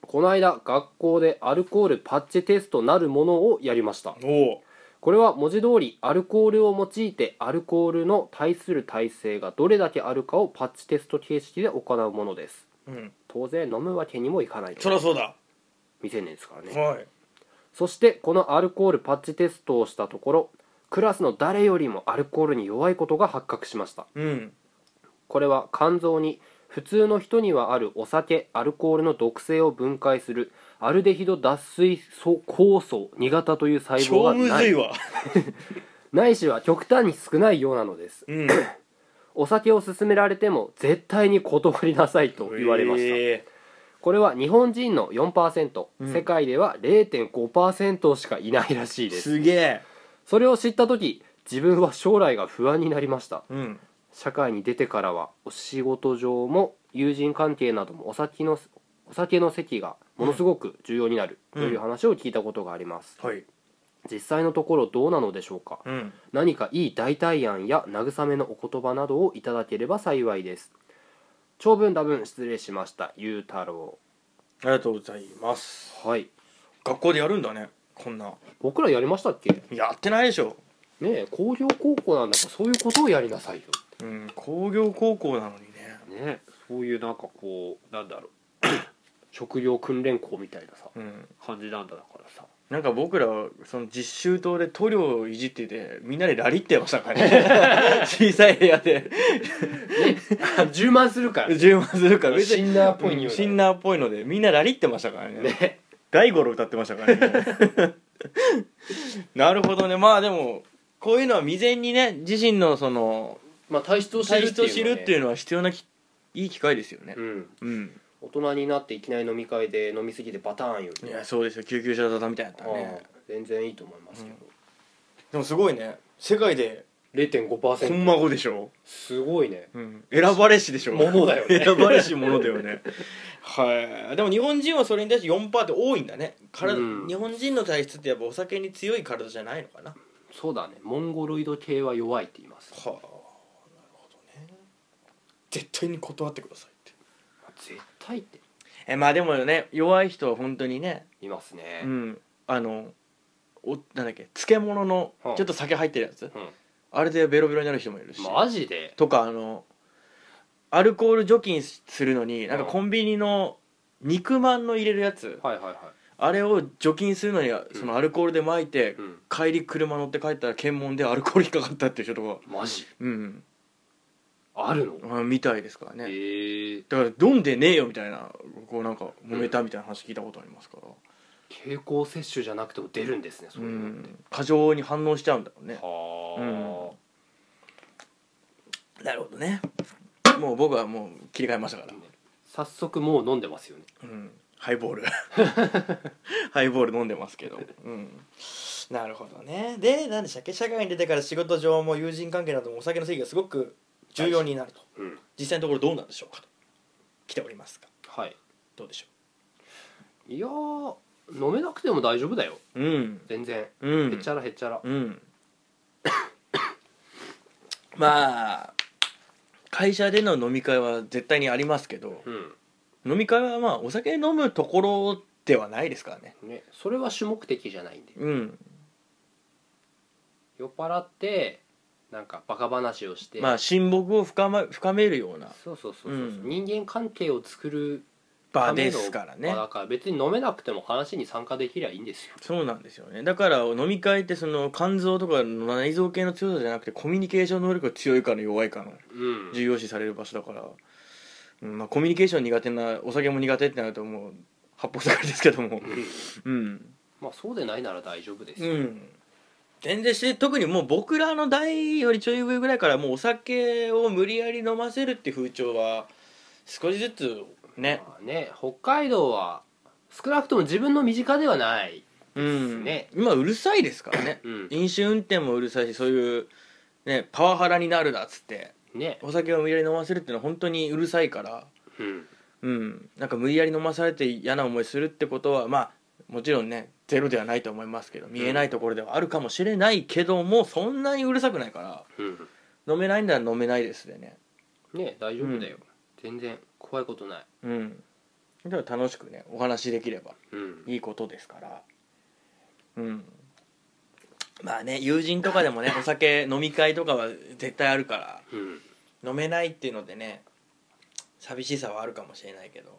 [SPEAKER 4] この間学校でアルコールパッチテストなるものをやりました
[SPEAKER 5] おお
[SPEAKER 4] これは文字通りアルコールを用いてアルコールの対する耐性がどれだけあるかをパッチテスト形式で行うものです
[SPEAKER 5] うん
[SPEAKER 4] 当然飲むわけにもいかない
[SPEAKER 5] そりゃそうだ
[SPEAKER 4] 未成年ですからね
[SPEAKER 5] はい
[SPEAKER 4] そしてこのアルコールパッチテストをしたところクラスの誰よりもアルコールに弱いことが発覚しました
[SPEAKER 5] うん
[SPEAKER 4] これは肝臓に普通の人にはあるお酒アルコールの毒性を分解するアルデヒド脱水素酵素2型という細胞
[SPEAKER 5] 超
[SPEAKER 4] が
[SPEAKER 5] む
[SPEAKER 4] な
[SPEAKER 5] ずい
[SPEAKER 4] い
[SPEAKER 5] わ
[SPEAKER 4] ないしは極端に少ないようなのです
[SPEAKER 5] (laughs) うん
[SPEAKER 4] お酒を勧められても絶対に断りなさいと言われました、
[SPEAKER 5] え
[SPEAKER 4] これは日本人の4%、
[SPEAKER 5] うん
[SPEAKER 4] 世界では0.5%しかいないらしい
[SPEAKER 5] ー
[SPEAKER 4] です
[SPEAKER 5] すげえ
[SPEAKER 4] それを知った時自分は将来が不安になりました
[SPEAKER 5] うん
[SPEAKER 4] 社会に出てからはお仕事上も友人関係などもお酒のお酒の席がものすごく重要になる
[SPEAKER 5] う
[SPEAKER 4] と
[SPEAKER 5] ん
[SPEAKER 4] いう話を聞いたことがあります、
[SPEAKER 5] はい
[SPEAKER 4] 実際のところどうなのでしょうか
[SPEAKER 5] うん
[SPEAKER 4] 何かいい代替案や慰めのお言葉などをいただければ幸いです長文多文失礼しましたゆうたろ
[SPEAKER 5] ありがとうございます
[SPEAKER 4] うはい
[SPEAKER 5] 学校でやるんだねこんな
[SPEAKER 4] 僕らやりましたっけね
[SPEAKER 5] やってないでしょ
[SPEAKER 4] え工業高校なんだからそういうことをやりなさいよ
[SPEAKER 5] うん工業高校なのにね
[SPEAKER 4] ねそういうなんかこうなんだろう (coughs) 職業訓練校みたいなさ
[SPEAKER 5] うん
[SPEAKER 4] 感じなんだだからさ
[SPEAKER 5] なんか僕らはその実習棟で塗料をいじっててみんなでラリってましたから
[SPEAKER 4] (laughs)
[SPEAKER 5] ね小さい部屋で
[SPEAKER 4] 充満するからね
[SPEAKER 5] 充満するから
[SPEAKER 4] シンナーっぽい匂いだね
[SPEAKER 5] うんシンナーっぽいのでみんなラリってましたからね
[SPEAKER 4] (laughs) ね
[SPEAKER 5] 大五郎歌ってましたからね
[SPEAKER 4] (laughs)
[SPEAKER 5] なるほどねまあでもこういうのは未然にね自身のその
[SPEAKER 4] まあ体質を知る
[SPEAKER 5] 体質を
[SPEAKER 4] っ
[SPEAKER 5] 知
[SPEAKER 4] て
[SPEAKER 5] るってい
[SPEAKER 4] いう
[SPEAKER 5] うのは必要なきいい機会ですよね
[SPEAKER 4] のはね
[SPEAKER 5] うん
[SPEAKER 4] うん大人になっていきなり飲み会で飲みすぎてバターンよ
[SPEAKER 5] い
[SPEAKER 4] り
[SPEAKER 5] やそうですよ救急車だったみたいだったら
[SPEAKER 4] あ
[SPEAKER 5] ね
[SPEAKER 4] あ全然いいと思いますけど、
[SPEAKER 5] でもすごいね世界で
[SPEAKER 4] 0.5%
[SPEAKER 5] 本孫でしょ、
[SPEAKER 4] すごいね
[SPEAKER 5] うん、選ばれしでしょ
[SPEAKER 4] ものだよね
[SPEAKER 5] 選ばれしものだよねはいでも日本人はそれに対して4%って多いんだね体、
[SPEAKER 4] うん
[SPEAKER 5] 日本人の体質ってやっぱお酒に強い体じゃないのかな
[SPEAKER 4] そうだねモンゴロイド系は弱いって言います
[SPEAKER 5] はあなるほどね絶対に断ってくださいって
[SPEAKER 4] 絶対って
[SPEAKER 5] えまあでもね弱い人は本当にね
[SPEAKER 4] いますね、
[SPEAKER 5] うんあのおなんだっけ漬物の
[SPEAKER 4] はあ
[SPEAKER 5] ちょっと酒入ってるやつ、
[SPEAKER 4] ん
[SPEAKER 5] あれでベロベロになる人もいるし、
[SPEAKER 4] マジで
[SPEAKER 5] とかあのアルコール除菌するのになんか
[SPEAKER 4] はあ
[SPEAKER 5] コンビニの肉まんの入れるやつ
[SPEAKER 4] はいはいはい、
[SPEAKER 5] あれを除菌するのにそのアルコールで巻いて、
[SPEAKER 4] うん、
[SPEAKER 5] 帰り車乗って帰ったら検問でアルコール引っかかったっていう人とか
[SPEAKER 4] マジ
[SPEAKER 5] うん、
[SPEAKER 4] あるの
[SPEAKER 5] あみたいですからね、
[SPEAKER 4] ええ
[SPEAKER 5] だから飲んでねえよみたいなこうなんか揉めたみたいな話聞いたことありますから、
[SPEAKER 4] 経口摂取じゃなくても出るんですねそうういうのって、
[SPEAKER 5] ん、過剰に反応しちゃうんだろうね
[SPEAKER 4] は
[SPEAKER 5] なるほどねもう僕はもう切り替えましたから、
[SPEAKER 4] あ、早速もう飲んでますよね
[SPEAKER 5] うん、ハイボール (laughs) ハイボール飲んでますけど、うん、なるほどねで何でしたっけ社会に出てから仕事上も友人関係などもお酒の席がすごく重要になると
[SPEAKER 4] うん
[SPEAKER 5] 実際のところどうなんでしょうかと来ておりますが
[SPEAKER 4] はい
[SPEAKER 5] どうでしょう
[SPEAKER 4] いやー飲めなくても大丈夫だよ
[SPEAKER 5] うん
[SPEAKER 4] 全然
[SPEAKER 5] うん
[SPEAKER 4] へっちゃらへっちゃら、
[SPEAKER 5] うん (coughs) まあ会社での飲み会は絶対にありますけど
[SPEAKER 4] うん
[SPEAKER 5] 飲み会はまあお酒飲むところではないですからね
[SPEAKER 4] ね、それは主目的じゃないんで
[SPEAKER 5] うん
[SPEAKER 4] 酔っ払ってなんかバカ話をして、
[SPEAKER 5] まあ親睦を深,、ま、深めるような
[SPEAKER 4] そうそうそうそう、
[SPEAKER 5] うん
[SPEAKER 4] 人間関係を作る
[SPEAKER 5] 場ですからね
[SPEAKER 4] まあだから別に飲めなくても話に参加できりゃいいんですよ
[SPEAKER 5] そうなんですよねだから飲み会ってその肝臓とかの内臓系の強さじゃなくてコミュニケーション能力が強いかの弱いかの
[SPEAKER 4] うん
[SPEAKER 5] 重要視される場所だから、うんまあ、コミュニケーション苦手なお酒も苦手ってなるともう八方坂ですけども
[SPEAKER 4] うん
[SPEAKER 5] うん、
[SPEAKER 4] まあそうでないなら大丈夫です
[SPEAKER 5] う
[SPEAKER 4] よ、
[SPEAKER 5] ん、全然して特にもう僕らの代よりちょい上ぐらいからもうお酒を無理やり飲ませるって風潮は少しずつね
[SPEAKER 4] まあね北海道は少なくとも自分の身近ではない
[SPEAKER 5] うん
[SPEAKER 4] ね
[SPEAKER 5] 今うるさいですからね
[SPEAKER 4] うん
[SPEAKER 5] 飲酒運転もうるさいしそういう、ね、パワハラになるだっつって
[SPEAKER 4] ね
[SPEAKER 5] お酒を無理やり飲ませるっていうのは本当にうるさいから、
[SPEAKER 4] うん
[SPEAKER 5] うん、なんか無理やり飲まされて嫌な思いするってことはまあもちろんねゼロではないと思いますけど見えないところではあるかもしれないけどもそんなにうるさくないから
[SPEAKER 4] うん
[SPEAKER 5] 飲めないんだら飲めないですでね
[SPEAKER 4] ね大丈夫だよ、全然怖いことない
[SPEAKER 5] うんだから楽しくねお話しできれば
[SPEAKER 4] うん
[SPEAKER 5] いいことですからうんまあね友人とかでもねお酒飲み会とかは絶対あるから
[SPEAKER 4] うん
[SPEAKER 5] 飲めないっていうのでね寂しさはあるかもしれないけど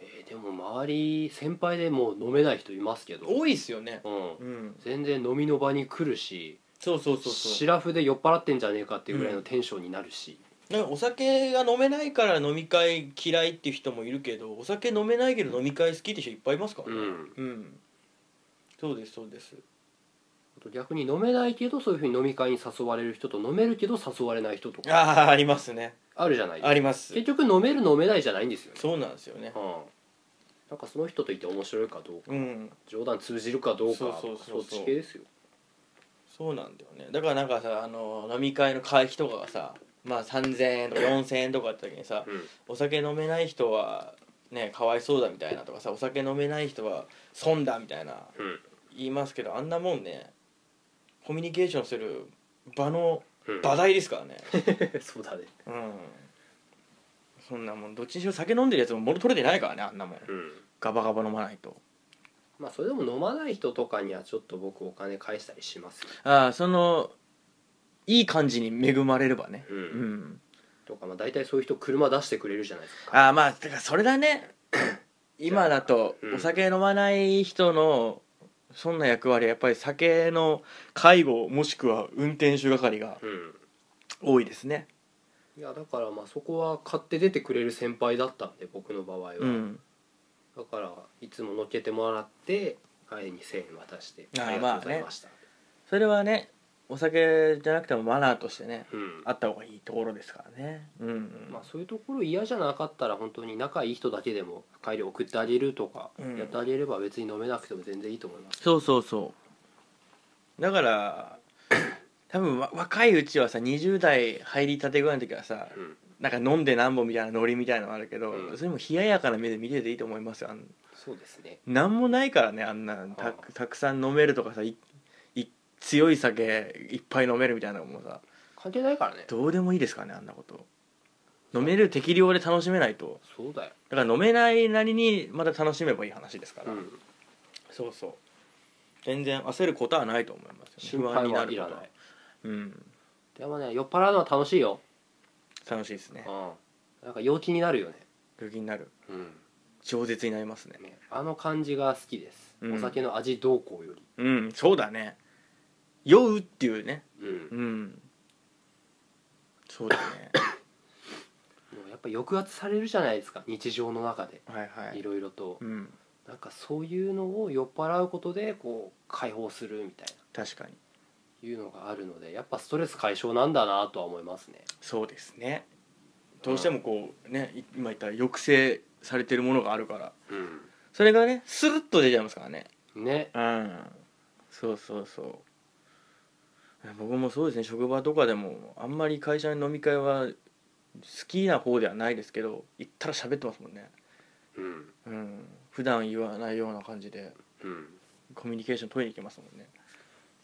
[SPEAKER 4] えーでも周り先輩でもう飲めない人いますけど
[SPEAKER 5] 多いっすよね
[SPEAKER 4] うん
[SPEAKER 5] うん
[SPEAKER 4] 全然飲みの場に来るし
[SPEAKER 5] そうそうそうそ
[SPEAKER 4] シラフで酔っ払ってんじゃねえかっていうぐらいのテンションになるし、
[SPEAKER 5] うなんかお酒が飲めないから飲み会嫌いっていう人もいるけどお酒飲めないけど飲み会好きって人いっぱいいますからね
[SPEAKER 4] うん
[SPEAKER 5] うん、そうですそうです
[SPEAKER 4] あと逆に飲めないけどそういうふうに飲み会に誘われる人と飲めるけど誘われない人とか
[SPEAKER 5] ああありますね
[SPEAKER 4] あるじゃないです
[SPEAKER 5] あ
[SPEAKER 4] か
[SPEAKER 5] ります
[SPEAKER 4] 結局飲める飲めないじゃないんですよね、
[SPEAKER 5] そうなんですよね
[SPEAKER 4] うん、なんかその人といて面白いかどうか
[SPEAKER 5] うん
[SPEAKER 4] 冗談通じるかどうか
[SPEAKER 5] そうそうそうそう
[SPEAKER 4] っち系ですよ
[SPEAKER 5] そうなんだよねだからなんかさあの飲み会の会費とかがさまあ3000円とか4000円とかって時にさ
[SPEAKER 4] うん
[SPEAKER 5] お酒飲めない人はねかわいそうだみたいなとかさお酒飲めない人は損だみたいな言いますけどあんなもんねコミュニケーションする場の
[SPEAKER 4] うん、うん、
[SPEAKER 5] 場代ですからね
[SPEAKER 4] (laughs) そうだね
[SPEAKER 5] うんそんなもんどっちにしろ酒飲んでるやつも元取れてないからねあんなもん
[SPEAKER 4] うん
[SPEAKER 5] ガバガバ飲まないと
[SPEAKER 4] まあそれでも飲まない人とかにはちょっと僕お金返したりしますよ
[SPEAKER 5] ああそのいい感じに恵まれればね
[SPEAKER 4] うん
[SPEAKER 5] うん
[SPEAKER 4] とかまあ大体そういう人車出してくれるじゃないですか
[SPEAKER 5] ああまあだからそれだ
[SPEAKER 4] (clears throat)
[SPEAKER 5] ね今だと
[SPEAKER 4] うん
[SPEAKER 5] お酒飲まない人のそんな役割はやっぱり酒の介護もしくは運転手係が
[SPEAKER 4] うん
[SPEAKER 5] 多いですね
[SPEAKER 4] いやだからまあそこは買って出てくれる先輩だったんで僕の場合は、
[SPEAKER 5] うん
[SPEAKER 4] だからいつも乗っけてもらって帰りに1000円渡して
[SPEAKER 5] あー
[SPEAKER 4] ありがとうございました、
[SPEAKER 5] それはねお酒じゃなくてもマナーとしてね
[SPEAKER 4] うん
[SPEAKER 5] あった方がいいところですからねうんうん、
[SPEAKER 4] まあ、そういうところ嫌じゃなかったら本当に仲いい人だけでも帰り送ってあげるとか
[SPEAKER 5] うん
[SPEAKER 4] やってあげれば別に飲めなくても全然いいと思います、
[SPEAKER 5] そうそうそうだから
[SPEAKER 4] (clears throat)
[SPEAKER 5] 多分わ若いうちはさ20代入りたてぐらいの時はさ
[SPEAKER 4] うん
[SPEAKER 5] なんか飲んでなんぼみたいなノリみたいなのあるけど、
[SPEAKER 4] うん
[SPEAKER 5] それも冷ややかな目で見てていいと思いますよあん
[SPEAKER 4] そうですね
[SPEAKER 5] なんもないからねあんな
[SPEAKER 4] ああ
[SPEAKER 5] たたくさん飲めるとかさいい強い酒いっぱい飲めるみたいなのもさ
[SPEAKER 4] 関係ないからね
[SPEAKER 5] どうでもいいですからねあんなこと飲める適量で楽しめないと
[SPEAKER 4] そうだよ、
[SPEAKER 5] だから飲めないなりにまた楽しめばいい話ですから、
[SPEAKER 4] うん
[SPEAKER 5] そうそう全然焦ることはないと思います
[SPEAKER 4] 心
[SPEAKER 5] よね、
[SPEAKER 4] 配はい
[SPEAKER 5] 不
[SPEAKER 4] ら
[SPEAKER 5] 安に
[SPEAKER 4] ない
[SPEAKER 5] ことはうん
[SPEAKER 4] でもね酔っ払うのは楽しいよ、
[SPEAKER 5] 楽しいですね
[SPEAKER 4] うん、なんか陽気になるよね、
[SPEAKER 5] 病気になる
[SPEAKER 4] うん、
[SPEAKER 5] 饒舌になりますね
[SPEAKER 4] ねあの感じが好きです、
[SPEAKER 5] うん
[SPEAKER 4] お酒の味どうこうより
[SPEAKER 5] うんそうだね酔うっていうね
[SPEAKER 4] うん
[SPEAKER 5] うんそうだね
[SPEAKER 4] でもやっぱ抑圧されるじゃないですか日常の中で
[SPEAKER 5] はいはい
[SPEAKER 4] いろいろと
[SPEAKER 5] うん
[SPEAKER 4] なんかそういうのを酔っ払うことでこう解放するみたい
[SPEAKER 5] 確かに
[SPEAKER 4] ないうのがあるのでやっぱストレス解消なんだなとは思いますね
[SPEAKER 5] そうですねどうしてもこうねい今言った抑制されてるものがあるから
[SPEAKER 4] う
[SPEAKER 5] それがねスルッと出ちゃいますからね
[SPEAKER 4] んね
[SPEAKER 5] うんそうそうそう僕もそうですね職場とかでもあんまり会社の飲み会は好きな方ではないですけど行ったら喋ってますもんね
[SPEAKER 4] うん
[SPEAKER 5] うん普段言わないような感じで
[SPEAKER 4] うん
[SPEAKER 5] コミュニケーション取りに行きますもんね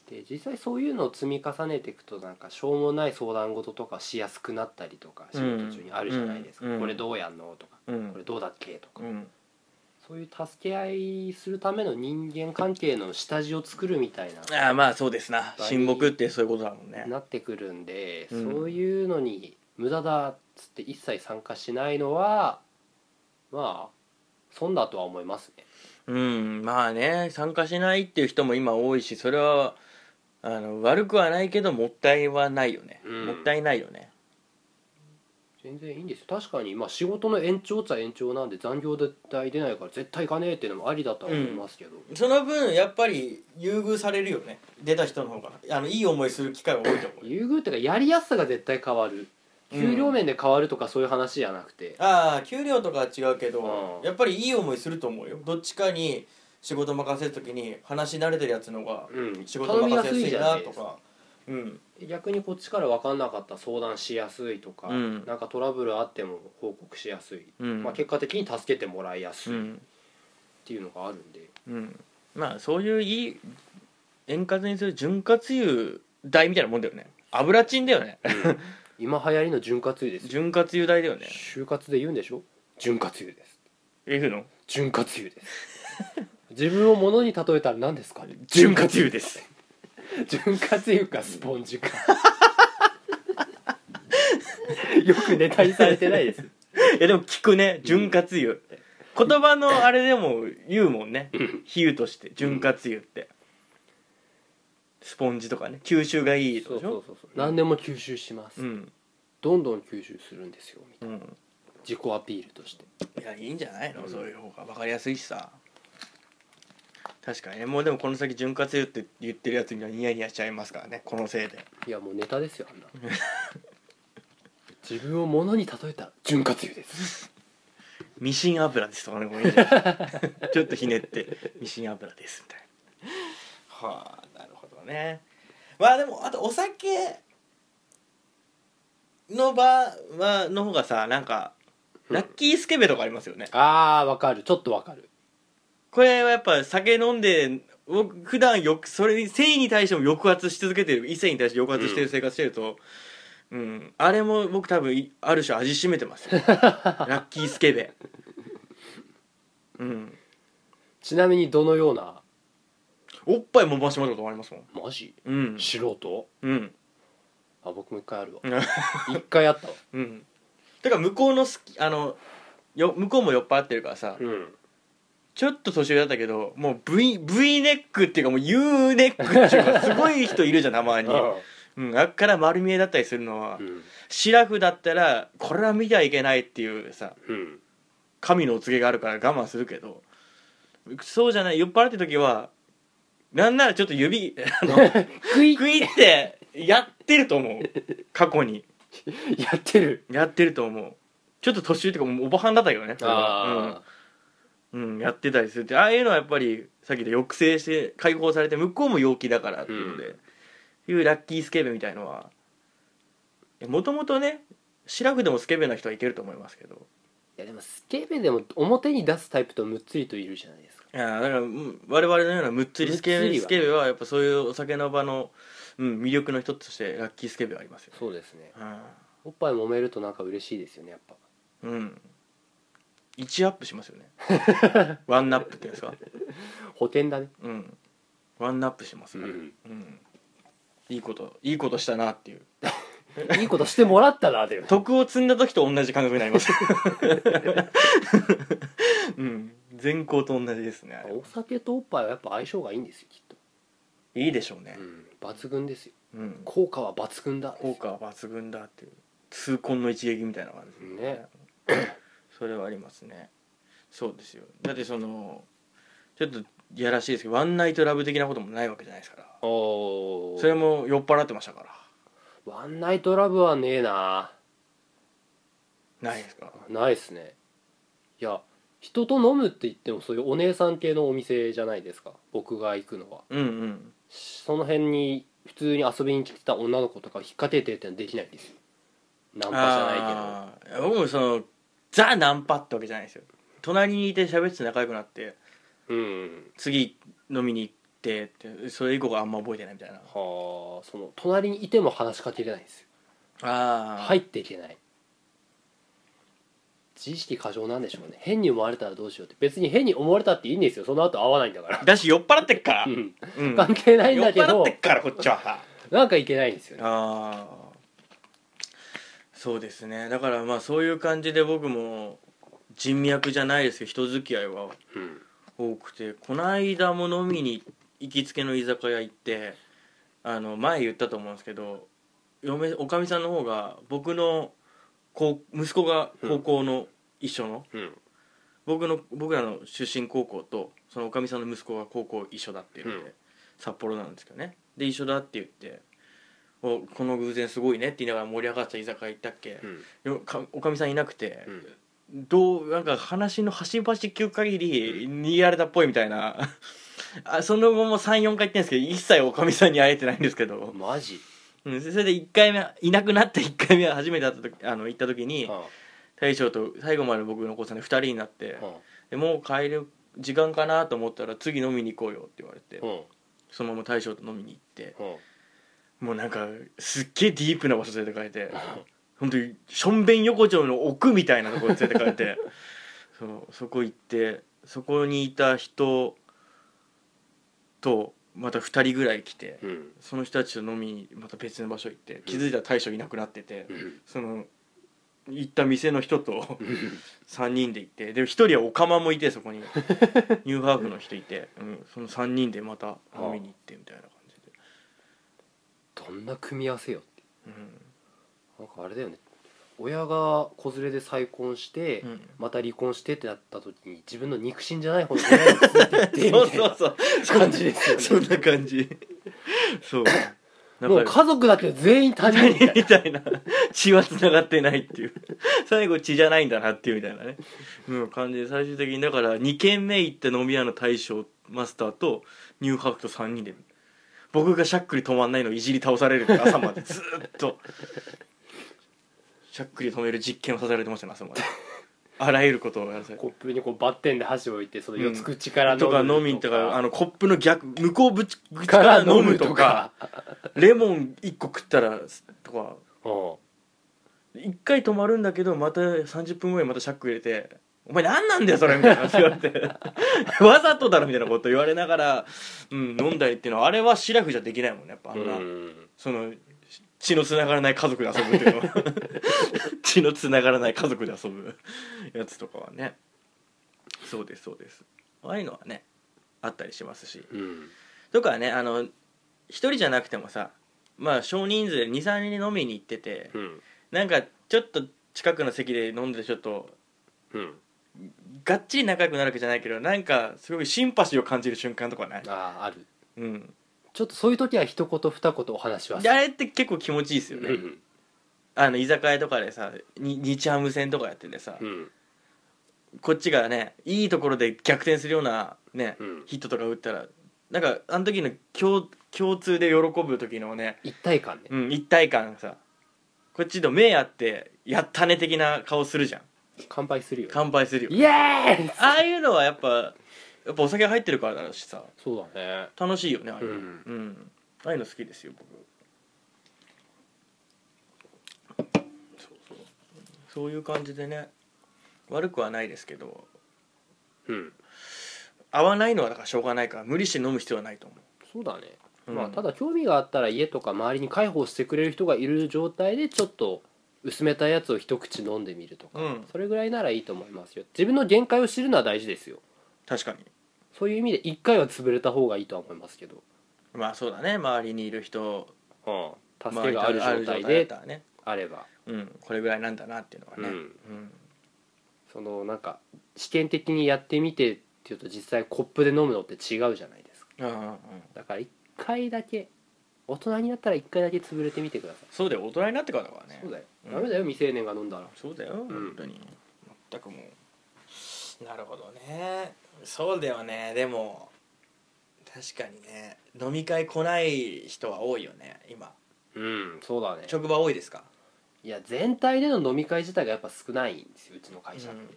[SPEAKER 4] で実際そういうのを積み重ねていくとなんかしょうもない相談事とかしやすくなったりとか仕事中にあるじゃないですか、
[SPEAKER 5] うんうん
[SPEAKER 4] これどうやんのとか
[SPEAKER 5] う
[SPEAKER 4] これ
[SPEAKER 5] ん、
[SPEAKER 4] どうだっけとか、
[SPEAKER 5] うん、
[SPEAKER 4] そういう助け合いするための人間関係の下地を作るみたい
[SPEAKER 5] ああ
[SPEAKER 4] な
[SPEAKER 5] まあそうですな親睦ってそういうことだもんね
[SPEAKER 4] なってくるんで、
[SPEAKER 5] うん
[SPEAKER 4] そういうのに無駄だっつって一切参加しないのはまあ損だとは思いますね。
[SPEAKER 5] うんまあね参加しないっていう人も今多いしそれはあの悪くはないけどもったいはないよね、
[SPEAKER 4] うん
[SPEAKER 5] もったいないよね
[SPEAKER 4] 全然いいんですよ確かにまあ仕事の延長っちゃ延長なんで残業絶対出ないから絶対行かねえっていうのもありだとは思いますけど、
[SPEAKER 5] その分やっぱり優遇されるよね出た人の方があのいい思いする機会が多いと思
[SPEAKER 4] 優遇っていうかやりやすさが絶対変わる
[SPEAKER 5] うん
[SPEAKER 4] 給料面で変わるとかそういう話じゃなくて、
[SPEAKER 5] ああ給料とかは違うけ
[SPEAKER 4] ど
[SPEAKER 5] やっぱりいい思いすると思うよどっちかに仕事任せる時に話慣れてるやつの方が
[SPEAKER 4] うん、頼みやすいじゃないですか
[SPEAKER 5] うん
[SPEAKER 4] 逆にこっちから分かんなかった相談しやすいとか、
[SPEAKER 5] うん
[SPEAKER 4] なんかトラブルあっても報告しやすい、
[SPEAKER 5] うん
[SPEAKER 4] まあ、結果的に助けてもらいやす
[SPEAKER 5] う
[SPEAKER 4] いっ
[SPEAKER 5] ん
[SPEAKER 4] ていうのがあるんで、
[SPEAKER 5] うんまあそういういい円滑にする潤滑油代みたいなもんだよね油チンだよね
[SPEAKER 4] 今流行りの潤滑油ですよ
[SPEAKER 5] 潤滑油代だよね
[SPEAKER 4] 就活で言うんでしょ潤滑油です
[SPEAKER 5] えうの
[SPEAKER 4] 潤滑油です自分を物に例えたら何ですか
[SPEAKER 5] 潤滑油です
[SPEAKER 4] 潤滑油かスポンジかよくネタにされてないです
[SPEAKER 5] (laughs) いやでも聞くね潤滑油、言葉のあれでも言うもんね比喩として潤滑油ってスポンジとかね吸収がいい
[SPEAKER 4] そう
[SPEAKER 5] とかでしょ
[SPEAKER 4] そうそうそう何でも吸収します、
[SPEAKER 5] うん
[SPEAKER 4] どんどん吸収するんですよみたいな
[SPEAKER 5] うん
[SPEAKER 4] 自己アピールとして
[SPEAKER 5] いやいいんじゃないの、
[SPEAKER 4] うん
[SPEAKER 5] そういう方が分かりやすいしさ確かにねもうでもこの先潤滑油って言ってるやつにはニヤニヤしちゃいますからねこのせいで
[SPEAKER 4] いやもうネタですよあんな自分を物に例えた潤滑油です
[SPEAKER 5] ミシン油ですとかねもういいんじゃない (laughs) ちょっとひねってミシン油ですみたいなはあなるほどねまあでもあとお酒の場はの方がさなんかラッキースケベとかありますよね
[SPEAKER 4] あーわかるちょっとわかる
[SPEAKER 5] これはやっぱ酒飲んで僕普段よくそれに性に対しても抑圧し続けてる異性に対して抑圧してる生活してると、うんあれも僕多分いある種味しめてますよラッキースケベうん
[SPEAKER 4] ちなみにどのような
[SPEAKER 5] おっぱいもばしまったことありますもん
[SPEAKER 4] マジ
[SPEAKER 5] うん
[SPEAKER 4] 素人
[SPEAKER 5] うん
[SPEAKER 4] あ僕も一回あるわ
[SPEAKER 5] う
[SPEAKER 4] 一回あったわ
[SPEAKER 5] んだから向こうの好きあのよ向こうも酔っ払ってるからさ、
[SPEAKER 4] うん
[SPEAKER 5] ちょっと年上だったけどもう V, v ネックっていうかもう U ネックっていうかすごい人いるじゃんたま
[SPEAKER 4] (laughs)
[SPEAKER 5] にうん、あっから丸見えだったりするのは、
[SPEAKER 4] うん
[SPEAKER 5] シラフだったらこれは見てはいけないっていうさ
[SPEAKER 4] うん
[SPEAKER 5] 神のお告げがあるから我慢するけどそうじゃない酔っ払ってる時はなんならちょっと指 (laughs) あの
[SPEAKER 4] 食い
[SPEAKER 5] クイってやってると思う過去に
[SPEAKER 4] やってる
[SPEAKER 5] やってると思うちょっと年上っていうかもうおばはんだったけどねそれは
[SPEAKER 4] あ
[SPEAKER 5] うん、うんやってたりするってああいうのはやっぱりさっきで抑制して解放されて向こうも陽気だからっていうので、いうラッキースケベみたいのはもともとねシラフでもスケベな人はいけると思いますけど
[SPEAKER 4] いやでもスケベでも表に出すタイプとむっつりといるじゃないですか
[SPEAKER 5] いやだからうん我々のようなむっつりスケ
[SPEAKER 4] むっつり
[SPEAKER 5] ベ
[SPEAKER 4] は
[SPEAKER 5] スケベはやっぱそういうお酒の場の、うん、魅力の一つとしてラッキースケベはありますよ、
[SPEAKER 4] そうですね
[SPEAKER 5] う
[SPEAKER 4] おっぱい揉めるとなんか嬉しいですよねやっぱ
[SPEAKER 5] んうん、1アップしますよね
[SPEAKER 4] (laughs)
[SPEAKER 5] ワンナップっていうんですか
[SPEAKER 4] 補填だね
[SPEAKER 5] うんワンナップしますね、
[SPEAKER 4] うん
[SPEAKER 5] うんいいこといいことしたなっていう
[SPEAKER 4] いいことしてもらったなでも
[SPEAKER 5] 徳を積んだ時と同じ感覚になります
[SPEAKER 4] (laughs)
[SPEAKER 5] うん善行と同じですねあれは
[SPEAKER 4] お酒とおっぱいはやっぱ相性がいいんですよきっと
[SPEAKER 5] いいでしょうね、
[SPEAKER 4] 抜群ですよ
[SPEAKER 5] うん、
[SPEAKER 4] 効果は抜群だ
[SPEAKER 5] 効果は抜群だっていう痛恨の一撃みたいな感じ
[SPEAKER 4] ね (coughs)
[SPEAKER 5] それはありますねそうですよだってそのちょっといやらしいですけどワンナイトラブ的なこともないわけじゃないですから
[SPEAKER 4] お
[SPEAKER 5] それも酔っ払ってましたから
[SPEAKER 4] ワンナイトラブはねえな
[SPEAKER 5] ないですか
[SPEAKER 4] ないっすねいや人と飲むって言ってもそういうお姉さん系のお店じゃないですか僕が行くのは
[SPEAKER 5] うんうん
[SPEAKER 4] その辺に普通に遊びに来てた女の子とか引っかけてってのはできないんですよナンパじゃないけど
[SPEAKER 5] あー僕もそのザ・ナンパってわけじゃないですよ隣にいて喋ってて仲良くなって
[SPEAKER 4] うん
[SPEAKER 5] 次飲みに行ってってそれ以降があんま覚えてないみたいな
[SPEAKER 4] はあその隣にいても話しかけれないんですよ
[SPEAKER 5] あは
[SPEAKER 4] 入
[SPEAKER 5] い
[SPEAKER 4] っていけない自意識過剰なんでしょうね変に思われたらどうしようって別に変に思われたっていいんですよその後会わないんだから
[SPEAKER 5] だし酔っ払ってっから、
[SPEAKER 4] うん
[SPEAKER 5] うん
[SPEAKER 4] 関係ないんだけ
[SPEAKER 5] 酔っ払
[SPEAKER 4] ど
[SPEAKER 5] ってっからこっちは
[SPEAKER 4] なんかいけないんですよね
[SPEAKER 5] ああそうですねだからまあそういう感じで僕も人脈じゃないですけど人付き合いは
[SPEAKER 4] うん
[SPEAKER 5] 多くてこの間も飲みに行きつけの居酒屋行ってあの前言ったと思うんですけど嫁おかみさんの方が僕のこう息子が高校の一緒の、
[SPEAKER 4] うん
[SPEAKER 5] 僕の僕らの出身高校とそのおかみさんの息子が高校一緒だっていうので、
[SPEAKER 4] うん
[SPEAKER 5] 札幌なんですけどねで一緒だって言って「おこの偶然すごいね」って言いながら盛り上がってた居酒屋行ったっけ
[SPEAKER 4] う、ん
[SPEAKER 5] よかおかみさんいなくて、
[SPEAKER 4] うん
[SPEAKER 5] どうなんか話の端々聞く限りにやられたっぽいみたいな (laughs) あその後も34回行ってんですけど一切おかみさんに会えてないんですけど、
[SPEAKER 4] マジ
[SPEAKER 5] うん、それで1回目いなくなって1回目初めて会った時あの行った時に
[SPEAKER 4] うん
[SPEAKER 5] 大将と最後まで僕のお子さんで2人になってでもう帰る時間かなと思ったら次飲みに行こうよって言われて
[SPEAKER 4] うん
[SPEAKER 5] そのまま大将と飲みに行って
[SPEAKER 4] うん
[SPEAKER 5] もうなんかすっげえディープな場所連れてかれて本当にしょんべん横丁の奥みたいなところ連れてかれて (laughs) そうそこ行ってそこにいた人とまた2人ぐらい来て
[SPEAKER 4] うん
[SPEAKER 5] その人たちと飲みにまた別の場所行って気づいたら大将いなくなってて
[SPEAKER 4] うん
[SPEAKER 5] その行った店の人と3人で行ってで1人はオカマもいてそ
[SPEAKER 4] (laughs)
[SPEAKER 5] こにニューハーフの人いて、うん、その3人でまた飲みに行ってみたいな感じで。
[SPEAKER 4] どんな組み合わせよって
[SPEAKER 5] うん
[SPEAKER 4] なんかあれだよね親が子連れで再婚して、
[SPEAKER 5] うん
[SPEAKER 4] また離婚してってなった時に自分の肉親じゃない
[SPEAKER 5] (laughs)
[SPEAKER 4] 方に出会いが続いていってみたいな
[SPEAKER 5] そうそうそう
[SPEAKER 4] 感じですよね
[SPEAKER 5] そんな感じ
[SPEAKER 4] (laughs)
[SPEAKER 5] そう
[SPEAKER 4] もう家族だけど全員他人み
[SPEAKER 5] (laughs)
[SPEAKER 4] たい
[SPEAKER 5] みたいな血は繋がってないっていう最後血じゃないんだなっていうみたいなね、うん、感じで最終的にだから2軒目行った飲み屋の大将マスターとニューハーフと3人で僕がしゃっくり止まんないのをいじり倒されるって朝までずーっとしゃっくり止める実験をさせられてましたね朝まであらゆることをやらされ
[SPEAKER 4] な
[SPEAKER 5] て
[SPEAKER 4] コップにこうバッテンで箸を置いてその四つ口から飲む
[SPEAKER 5] とか飲みとかあのコップの逆向こうぶち口
[SPEAKER 4] か
[SPEAKER 5] から
[SPEAKER 4] ら
[SPEAKER 5] 飲
[SPEAKER 4] 飲
[SPEAKER 5] む
[SPEAKER 4] む
[SPEAKER 5] と
[SPEAKER 4] と
[SPEAKER 5] か
[SPEAKER 4] か
[SPEAKER 5] レモン1個食ったらとか
[SPEAKER 4] の
[SPEAKER 5] 1回止まるんだけどまた30分後にまたシャック入れて「お前何なんだよそれ」みたいな話言われて (laughs) 「わざとだろ」みたいなこと言われながら、うん、飲んだりっていうのはあれはシラフじゃできないもんねやっぱあ
[SPEAKER 4] うん
[SPEAKER 5] な、
[SPEAKER 4] ん
[SPEAKER 5] その血のつながらない家族で遊ぶっていう
[SPEAKER 4] (laughs)
[SPEAKER 5] のは血のつながらない家族で遊ぶ (laughs) やつとかはねそうですそうですああいうのはねあったりしますし
[SPEAKER 4] うん
[SPEAKER 5] とかねあの一人じゃなくてもさまあ少人数で23人で飲みに行ってて
[SPEAKER 4] うん
[SPEAKER 5] なんかちょっと近くの席で飲んでちょっと
[SPEAKER 4] うん
[SPEAKER 5] がっちり仲良くなるわけじゃないけどなんかすごいシンパシーを感じる瞬間とかない
[SPEAKER 4] あ、あある
[SPEAKER 5] うん、
[SPEAKER 4] ちょっとそういう時は一言二言お話は
[SPEAKER 5] であれって結構気持ちいいですよね、
[SPEAKER 4] うん
[SPEAKER 5] あの居酒屋とかでさに日ハム戦とかやっててさ、
[SPEAKER 4] うん
[SPEAKER 5] こっちがねいいところで逆転するようなね、
[SPEAKER 4] うん
[SPEAKER 5] ヒットとか打ったらなんかあの時の共共通で喜ぶ時のね、
[SPEAKER 4] 一体感ね
[SPEAKER 5] うん、一体感がさこっちと目合って「やったね」的な顔するじゃん
[SPEAKER 4] 乾杯するよ
[SPEAKER 5] 乾杯するよ
[SPEAKER 4] イエーイ
[SPEAKER 5] ああいうのはやっぱやっぱお酒入ってるからだしさ
[SPEAKER 4] そうだね
[SPEAKER 5] 楽しいよねああいうの、う
[SPEAKER 4] うんん
[SPEAKER 5] ああいうの好きですよ僕そうそうそういう感じでね悪くはないですけど
[SPEAKER 4] うん
[SPEAKER 5] 合わないのはだからしょうがないから無理して飲む必要はないと思
[SPEAKER 4] そうだね、
[SPEAKER 5] うん
[SPEAKER 4] まあただ興味があったら家とか周りに介抱してくれる人がいる状態でちょっと薄めたやつを一口飲んでみるとか、
[SPEAKER 5] ううん
[SPEAKER 4] それぐらいならいいと思いますよ自分の限界を知るのは大事ですよ
[SPEAKER 5] 確かに
[SPEAKER 4] そういう意味で一回は潰れた方がいいとは思いますけど、
[SPEAKER 5] まあそうだね周りにいる人
[SPEAKER 4] 助けがある
[SPEAKER 5] ま
[SPEAKER 4] 状態
[SPEAKER 5] だっ
[SPEAKER 4] で
[SPEAKER 5] たらね
[SPEAKER 4] あれば、
[SPEAKER 5] うんこれぐらいなんだなっていうのはね
[SPEAKER 4] うん
[SPEAKER 5] うん
[SPEAKER 4] そのなんか試験的にやってみてっていうと実際コップで飲むのって違うじゃないですか
[SPEAKER 5] うんうんうん
[SPEAKER 4] だから一回だけ大人になったら一回だけ潰れてみてください
[SPEAKER 5] そうだよ大人になってからだからね
[SPEAKER 4] そうだよ、
[SPEAKER 5] うん
[SPEAKER 4] ダメだよ未成年が飲んだら
[SPEAKER 5] そうだよ、
[SPEAKER 4] ん
[SPEAKER 5] 本当に全くもうなるほどねそうだよねでも確かにね飲み会来ない人は多いよね今
[SPEAKER 4] うんそうだね
[SPEAKER 5] 職場多いですか、
[SPEAKER 4] いや全体での飲み会自体がやっぱ少ないんですようちの会社って、
[SPEAKER 5] うん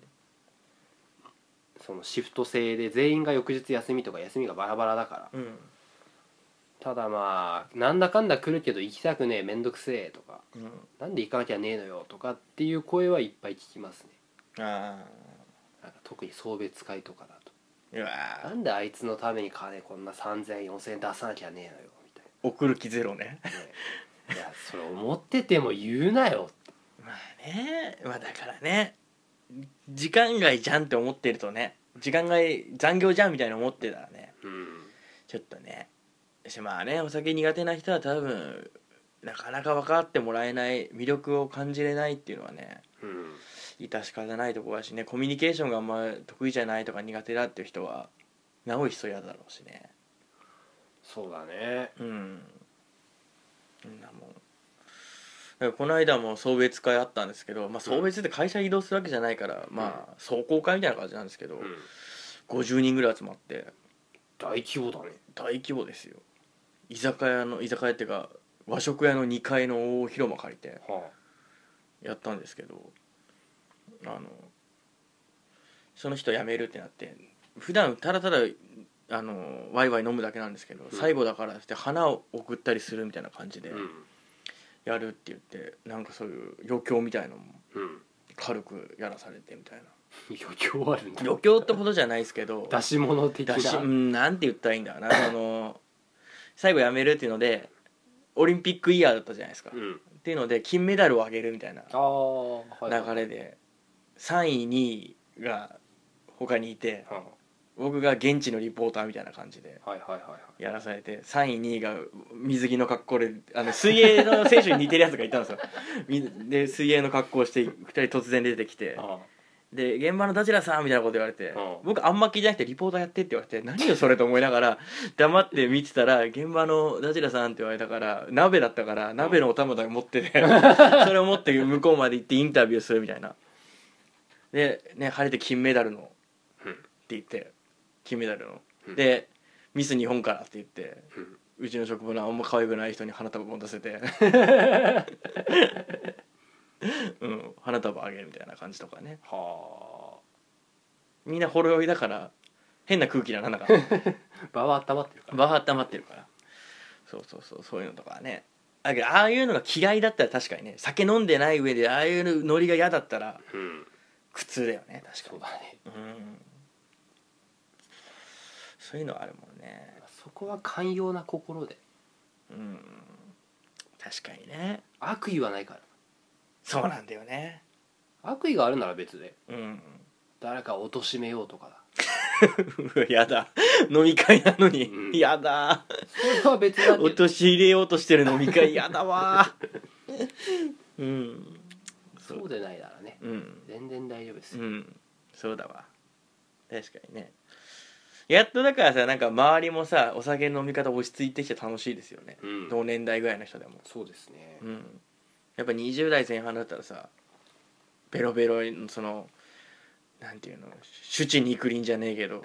[SPEAKER 4] そのシフト制で全員が翌日休みとか休みがバラバラだから
[SPEAKER 5] うん
[SPEAKER 4] ただまあなんだかんだ来るけど行きたくねえめんどくせえとか
[SPEAKER 5] うん
[SPEAKER 4] なんで行かなきゃねえのよとかっていう声はいっぱい聞きますね
[SPEAKER 5] あ
[SPEAKER 4] なんか特に送別会とかだ
[SPEAKER 5] あうわ
[SPEAKER 4] とな
[SPEAKER 5] ー
[SPEAKER 4] んであいつのために金こんな3,0004,000円出さなきゃねえのよみたい
[SPEAKER 5] 送る気ゼロね
[SPEAKER 4] な、ね、いやそれ思ってても言うなよ
[SPEAKER 5] まあねまあだからね時間外じゃんって思ってるとね時間外残業じゃんみたいな思ってたらね
[SPEAKER 4] うん
[SPEAKER 5] ちょっとねしまあねお酒苦手な人は多分なかなか分かってもらえない魅力を感じれないっていうのはね
[SPEAKER 4] うん
[SPEAKER 5] 致し方ないとこだしねコミュニケーションがあんま得意じゃないとか苦手だっていう人はなおいっそ嫌だろうしね
[SPEAKER 4] そうだね
[SPEAKER 5] うんそんなもんだからこの間も送別会あったんですけど、まあ、送別って会社移動するわけじゃないから、まあ壮行会みたいな感じなんですけど、
[SPEAKER 4] うん
[SPEAKER 5] 50人ぐらい集まって
[SPEAKER 4] 大規模だね
[SPEAKER 5] 大規模ですよ居酒屋の居酒屋っていうか和食屋の2階の大広間借りて
[SPEAKER 4] は
[SPEAKER 5] やったんですけどあのその人辞めるってなって普段ただただあのワイワイ飲むだけなんですけど、
[SPEAKER 4] うん
[SPEAKER 5] 最後だからって花を送ったりするみたいな感じ
[SPEAKER 4] あ
[SPEAKER 5] で。やるって言ってなんかそういう余興みたいのも
[SPEAKER 4] うん
[SPEAKER 5] 軽くやらされてみたいな
[SPEAKER 4] 余興あるんだ
[SPEAKER 5] 余興ってほどじゃないですけど
[SPEAKER 4] 出し物的な
[SPEAKER 5] だしうんなんて言ったらいいんだろう
[SPEAKER 4] (laughs)
[SPEAKER 5] なその最後やめるっていうのでオリンピックイヤーだったじゃないですか、
[SPEAKER 4] う
[SPEAKER 5] っ
[SPEAKER 4] ん
[SPEAKER 5] ていうので金メダルをあげるみたいな
[SPEAKER 4] ああはい
[SPEAKER 5] 流れで3位2位が他にいて
[SPEAKER 4] うん
[SPEAKER 5] 僕が現地のリポーターみたいな感じで
[SPEAKER 4] はいはいはいはい
[SPEAKER 5] やらされて3位2位が水着の格好であの水泳の選手に似てるやつがいたんですよみで水泳の格好をして2人突然出てきて
[SPEAKER 4] あ
[SPEAKER 5] で現場のどちらさんみたいなこと言われて
[SPEAKER 4] うん
[SPEAKER 5] 僕あんま聞いてなくてリポーターやってって言われて何よそれと思いながら (laughs) 黙って見てたら現場のどちらさんって言われたから鍋だったから鍋のお玉だけ持って
[SPEAKER 4] (laughs)
[SPEAKER 5] てそれを持って向こうまで行ってインタビューするみたいなでね晴れて金メダルの
[SPEAKER 4] うん
[SPEAKER 5] って言って金メダルの、
[SPEAKER 4] うん
[SPEAKER 5] でミス日本からって言って
[SPEAKER 4] うん
[SPEAKER 5] うちの職場のあんま可愛くない人に花束持た
[SPEAKER 4] (laughs)
[SPEAKER 5] せてうん花束あげるみたいな感じとかね
[SPEAKER 4] は
[SPEAKER 5] みんなほろ酔いだから変な空気にならなか
[SPEAKER 4] (laughs)
[SPEAKER 5] った
[SPEAKER 4] あ場は温まってるから
[SPEAKER 5] バー温まってるからそうそうそうそういうのとかねだけどああいうのが嫌いだったら確かにね酒飲んでない上でああいうノリが嫌だったら
[SPEAKER 4] うん
[SPEAKER 5] 苦痛だよね確か
[SPEAKER 4] そうだね
[SPEAKER 5] にうんそういうのあるもんね
[SPEAKER 4] そこは寛容な心で
[SPEAKER 5] うん確かにね
[SPEAKER 4] 悪意はないから
[SPEAKER 5] そうなんだよね
[SPEAKER 4] 悪意があるなら別で
[SPEAKER 5] うん (laughs)
[SPEAKER 4] 誰かを貶めようとかだ
[SPEAKER 5] うわやだ飲み会なのに、
[SPEAKER 4] うん
[SPEAKER 5] やだ
[SPEAKER 4] それは別 (laughs) だけど
[SPEAKER 5] 陥れようとしてる飲み会や
[SPEAKER 4] (laughs)
[SPEAKER 5] だわうん
[SPEAKER 4] そうでないならね
[SPEAKER 5] うん
[SPEAKER 4] 全然大丈夫です
[SPEAKER 5] う
[SPEAKER 4] よ
[SPEAKER 5] んそうだわ確かにねやっとだからさなんか周りもさお酒の飲み方落ち着いてきて楽しいですよね、
[SPEAKER 4] うん
[SPEAKER 5] 同年代ぐらいの人でも
[SPEAKER 4] そうですね
[SPEAKER 5] うんやっぱ20代前半だったらさベロベロのそのなんていうのシュチ肉林じゃねえ
[SPEAKER 4] (laughs)
[SPEAKER 5] けど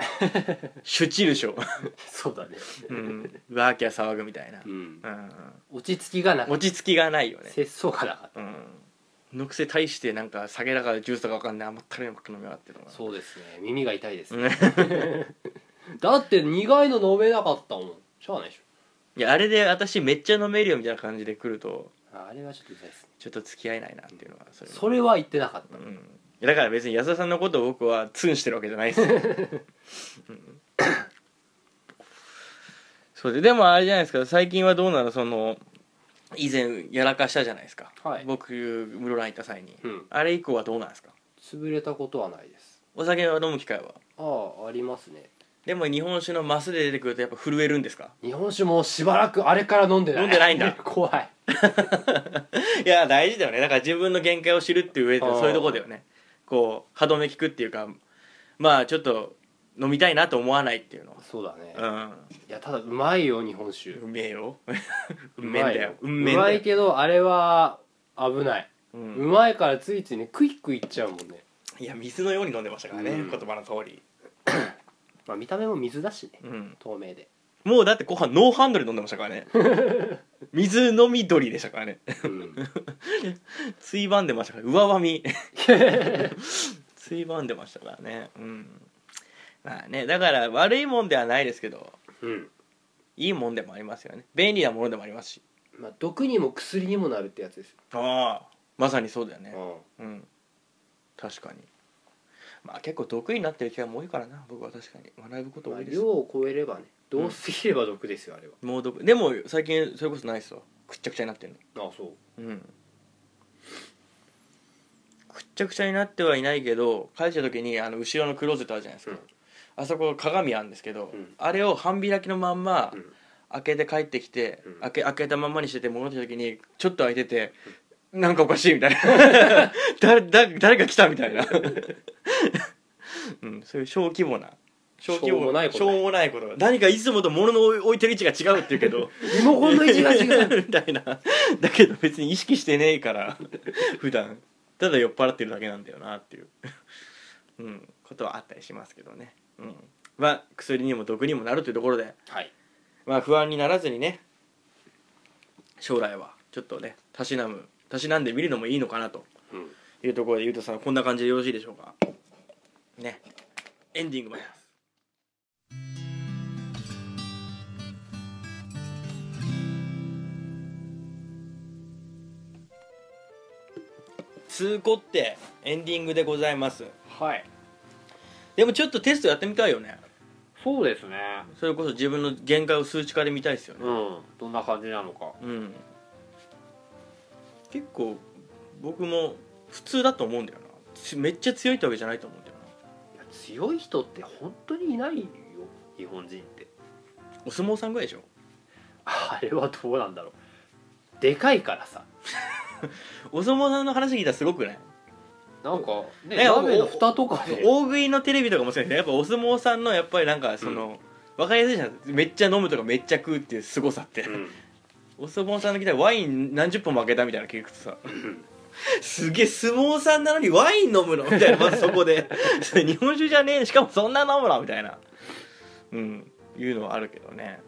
[SPEAKER 5] シュチるしょ、
[SPEAKER 4] そうだね
[SPEAKER 5] うん、ワーキャー騒ぐみたいな
[SPEAKER 4] う、ん
[SPEAKER 5] うん
[SPEAKER 4] 落ち着きがな
[SPEAKER 5] うん、
[SPEAKER 4] く
[SPEAKER 5] 落ち着きがないよね
[SPEAKER 4] 節操がなかっ
[SPEAKER 5] うんのくせ大してなんか酒だからジュースとかわかんない甘ったれのこと飲みやがってるの
[SPEAKER 4] た
[SPEAKER 5] が
[SPEAKER 4] そうですね耳が痛いです
[SPEAKER 5] うん
[SPEAKER 4] (laughs) だって苦いの飲めなかったもんしょうがないでしょ
[SPEAKER 5] いやあれで私めっちゃ飲めるよみたいな感じで来ると
[SPEAKER 4] あれはちょっとうざいですね
[SPEAKER 5] ちょっと付き合えないなっていうのはそれ
[SPEAKER 4] それは言ってなかった
[SPEAKER 5] うん、だから別に安田さんのことを僕はツンしてるわけじゃないです
[SPEAKER 4] (laughs)
[SPEAKER 5] よ、うんそうででもあれじゃないですか最近はどうなのその以前やらかしたじゃないですか、
[SPEAKER 4] はい
[SPEAKER 5] 僕室蘭行った際に、
[SPEAKER 4] うん
[SPEAKER 5] あれ以降はどうなんですか
[SPEAKER 4] 潰れたことはないです
[SPEAKER 5] お酒を飲む機会は
[SPEAKER 4] ああありますね
[SPEAKER 5] でも日本酒のマスで出てくるとやっぱ震えるんですか
[SPEAKER 4] 日本酒もうしばらくあれから飲んでない
[SPEAKER 5] 飲んでないんだ
[SPEAKER 4] (laughs) 怖い
[SPEAKER 5] (laughs) いや大事だよねだから自分の限界を知るっていう上で
[SPEAKER 4] あー
[SPEAKER 5] そういうとこだよねこう歯止め効くっていうかまあちょっと飲みたいなと思わないっていうの
[SPEAKER 4] そうだね
[SPEAKER 5] うん
[SPEAKER 4] いやただうまいよ日本酒
[SPEAKER 5] うめえよ (laughs) う
[SPEAKER 4] う
[SPEAKER 5] めえん
[SPEAKER 4] まい
[SPEAKER 5] だよ
[SPEAKER 4] う
[SPEAKER 5] めえん
[SPEAKER 4] ま
[SPEAKER 5] だ
[SPEAKER 4] い
[SPEAKER 5] よ
[SPEAKER 4] けどあれは危ない、
[SPEAKER 5] う
[SPEAKER 4] うんまいからついついねクイックいっちゃうもんね
[SPEAKER 5] いや水のように飲んでましたからね
[SPEAKER 4] うん
[SPEAKER 5] 言葉の通り
[SPEAKER 4] まあ見た目も水だしね
[SPEAKER 5] うん
[SPEAKER 4] 透明で、
[SPEAKER 5] もうだってご飯ノーハンドル飲んでましたから
[SPEAKER 4] (laughs)
[SPEAKER 5] ね水飲み鳥でしたからね
[SPEAKER 4] うん、
[SPEAKER 5] ついば (laughs) んでましたから上ばみついばんでましたからねうんまあねだから悪いもんではないですけど
[SPEAKER 4] うん
[SPEAKER 5] いいもんでもありますよね便利なものでもありますし
[SPEAKER 4] まあ毒にも薬にもなるってやつ
[SPEAKER 5] (laughs)
[SPEAKER 4] です、
[SPEAKER 5] ああまさにそうだよね
[SPEAKER 4] うん
[SPEAKER 5] うん確かにまあ結構得意になってる気がも多いからな僕は確かに学ぶこと
[SPEAKER 4] ま
[SPEAKER 5] 多
[SPEAKER 4] あ、
[SPEAKER 5] いです
[SPEAKER 4] 量を超えればねどうすぎれば毒ですよあれは、
[SPEAKER 5] 猛毒でも最近それこそないっすわくっちゃくちゃになってる
[SPEAKER 4] ああそう
[SPEAKER 5] のうんくっちゃくちゃになってはいないけど帰った時にあの後ろのクローゼットあるじゃないですか、
[SPEAKER 4] うん
[SPEAKER 5] あそこ鏡あるんですけど、
[SPEAKER 4] うん
[SPEAKER 5] あれを半開きのまんま、
[SPEAKER 4] うん
[SPEAKER 5] 開けて帰ってきて、
[SPEAKER 4] うん
[SPEAKER 5] 開け開けたまんまにしてて戻ってきた時にちょっと開いてて、なんかおかしいみたいな
[SPEAKER 4] (laughs)
[SPEAKER 5] 誰誰誰が来たみたいな、うん、そういう小規模な小規模
[SPEAKER 4] しょうもないこと
[SPEAKER 5] しょうもないことが何かいつもと物の置いてる位置が違うっていうけ
[SPEAKER 4] (laughs)
[SPEAKER 5] ど
[SPEAKER 4] リモコンの位置が違う
[SPEAKER 5] (laughs) みたいなだけど別に意識してねえから普段ただ酔っ払ってるだけなんだよなっていう、うん、ことはあったりしますけどね、うん、まあ薬にも毒にもなるというところで
[SPEAKER 4] (laughs) はい
[SPEAKER 5] まあ不安にならずにね将来はちょっとねたしなむたしなんでみるのもいいのかなと
[SPEAKER 4] うん
[SPEAKER 5] いうところでゆうとさんはこんな感じでよろしいでしょうかねエンディングまでです通行ってエンディングでございます
[SPEAKER 2] はい
[SPEAKER 5] でもちょっとテストやってみたいよね
[SPEAKER 2] そうですね
[SPEAKER 5] それこそ自分の限界を数値化で見たいですよね
[SPEAKER 2] うんどんな感じなのか
[SPEAKER 5] うん結構僕も普通だと思うんだよなつめっちゃ強いってわけじゃないと思うんだよ
[SPEAKER 2] いや強い人って本当にいないよ日本人って
[SPEAKER 5] なお相撲さんぐらいでしょ
[SPEAKER 2] あれはどうなんだろうでかいからさ
[SPEAKER 5] お相撲さんの話聞いたらすごくない
[SPEAKER 2] なんかね
[SPEAKER 5] ね
[SPEAKER 2] 鍋の蓋とかで
[SPEAKER 5] 大食いのテレビとかもそうですねやっぱお相撲さんのやっぱりなんかその、わかりやすいじゃんめっちゃ飲むとかめっちゃ食うっていう凄さって、
[SPEAKER 4] うん
[SPEAKER 5] お相撲さんの来たらワイン何十本も開けたみたいなの聞くとさすげえ相撲さんなのにワイン飲むのみたいなまずそこ (laughs) でそれ日本酒じゃねえしかもそんな飲むのみたいなうんいうのはあるけどね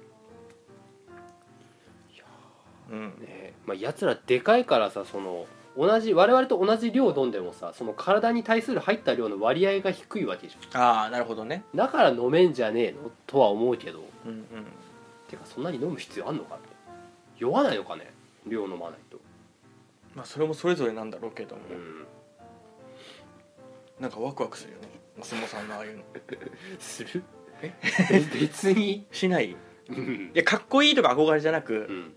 [SPEAKER 5] うん
[SPEAKER 4] ねまあ、やつらでかいからさその同じ我々と同じ量飲んでもさその体に対する入った量の割合が低いわけじゃ
[SPEAKER 5] ああなるほどね
[SPEAKER 4] んだから飲めんじゃねえのとは思うけど
[SPEAKER 5] うんうん
[SPEAKER 4] てかそんなに飲む必要あんのかって酔わないのかね量飲まないと
[SPEAKER 5] まあそれもそれぞれなんだろうけども、
[SPEAKER 4] うん
[SPEAKER 5] なんかワクワクするよねお相撲さんのああいうの
[SPEAKER 4] するえ (laughs) 別に
[SPEAKER 5] しないい
[SPEAKER 4] うん、
[SPEAKER 5] やかっこいいとか憧れじゃな
[SPEAKER 4] う
[SPEAKER 5] く、
[SPEAKER 4] ん、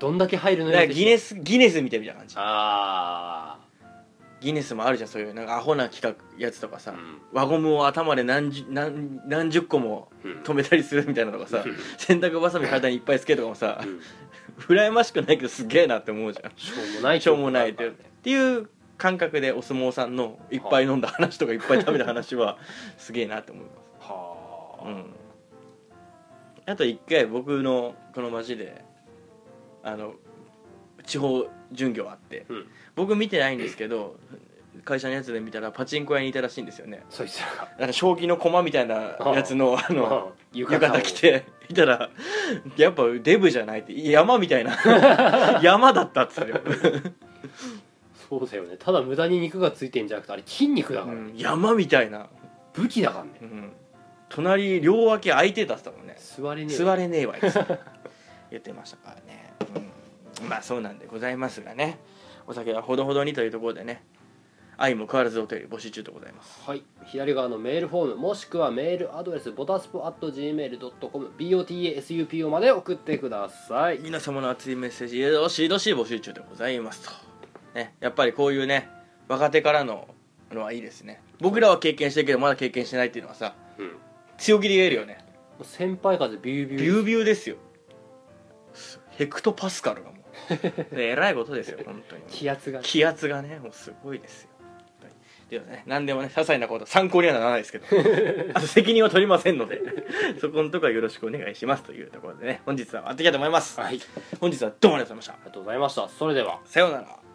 [SPEAKER 4] どんだけ入るの
[SPEAKER 5] だから
[SPEAKER 4] でしょ
[SPEAKER 5] ギネスギネス見てるみたいな感じ
[SPEAKER 4] あ
[SPEAKER 5] ギネスもあるじゃんそういうなんかアホな企画やつとか
[SPEAKER 4] あ
[SPEAKER 5] さ、
[SPEAKER 4] うん
[SPEAKER 5] 輪ゴムを頭で何十何何十個も
[SPEAKER 4] うん
[SPEAKER 5] 止めたりするみたいなのがさ
[SPEAKER 4] うん
[SPEAKER 5] (laughs) 洗濯ばさみ体にいっぱいつけとかもさ
[SPEAKER 4] うん
[SPEAKER 5] 羨ましくないけどすげえなって思うじゃん
[SPEAKER 4] しょうもない
[SPEAKER 5] しょうもないっ
[SPEAKER 4] って
[SPEAKER 5] てっていう感覚でお相撲さんのいっぱい飲んだ話とかいっぱい食べた
[SPEAKER 4] (laughs)
[SPEAKER 5] 話はすげえなって思います
[SPEAKER 4] はあ、
[SPEAKER 5] うんあと一回僕のこの街であの地方巡業あって、
[SPEAKER 4] うん
[SPEAKER 5] 僕見てないんですけど会社のやつで見たらパチンコ屋にいたらしいんですよね
[SPEAKER 4] そいつらが
[SPEAKER 5] なんか将棋の駒みたいなやつのあの
[SPEAKER 4] うん浴
[SPEAKER 5] 浴衣着ていたらやっぱデブじゃないって山みたい (laughs) な山だったっつってたよ、
[SPEAKER 4] そうだよねただ無駄に肉がついてんじゃなくてあれ筋肉だ
[SPEAKER 5] う
[SPEAKER 4] から、ね
[SPEAKER 5] ん山みたいな、
[SPEAKER 4] 武器だからね
[SPEAKER 5] うん隣両脇空いてたっつったもんね
[SPEAKER 4] 座れねえ
[SPEAKER 5] 座れねえわいつ (laughs) 言ってましたからね、うんまあそうなんでございますがねお酒はほどほどにというところでね愛も変わらずお便り募集中でございます
[SPEAKER 4] はい左側のメールフォームもしくはメールアドレスボタスポ at gmail.com botasupo まで送ってください
[SPEAKER 5] 皆様の熱いメッセージどしどし募集中でございますと、ね、やっぱりこういうね若手からののはいいですね僕らは経験してるけどまだ経験してないっていうのはさ
[SPEAKER 4] うん
[SPEAKER 5] 強気で言えるよね
[SPEAKER 4] 先輩風ビュービュー
[SPEAKER 5] ビュービューですよヘクトパスカルがも (laughs) うねえらいことですよ本当に
[SPEAKER 4] 気圧が
[SPEAKER 5] 気圧がねもうすごいですよ本当にではね何でもね些細なこと参考にはならない (laughs) ですけどあと責任は取りませんので (laughs) そこのとこはよろしくお願いしますというところでね本日は終わっていきたいと思います、
[SPEAKER 4] はいあり
[SPEAKER 5] 本日はどうもありがとうございました
[SPEAKER 4] がとうございましたそれでは
[SPEAKER 5] さようなら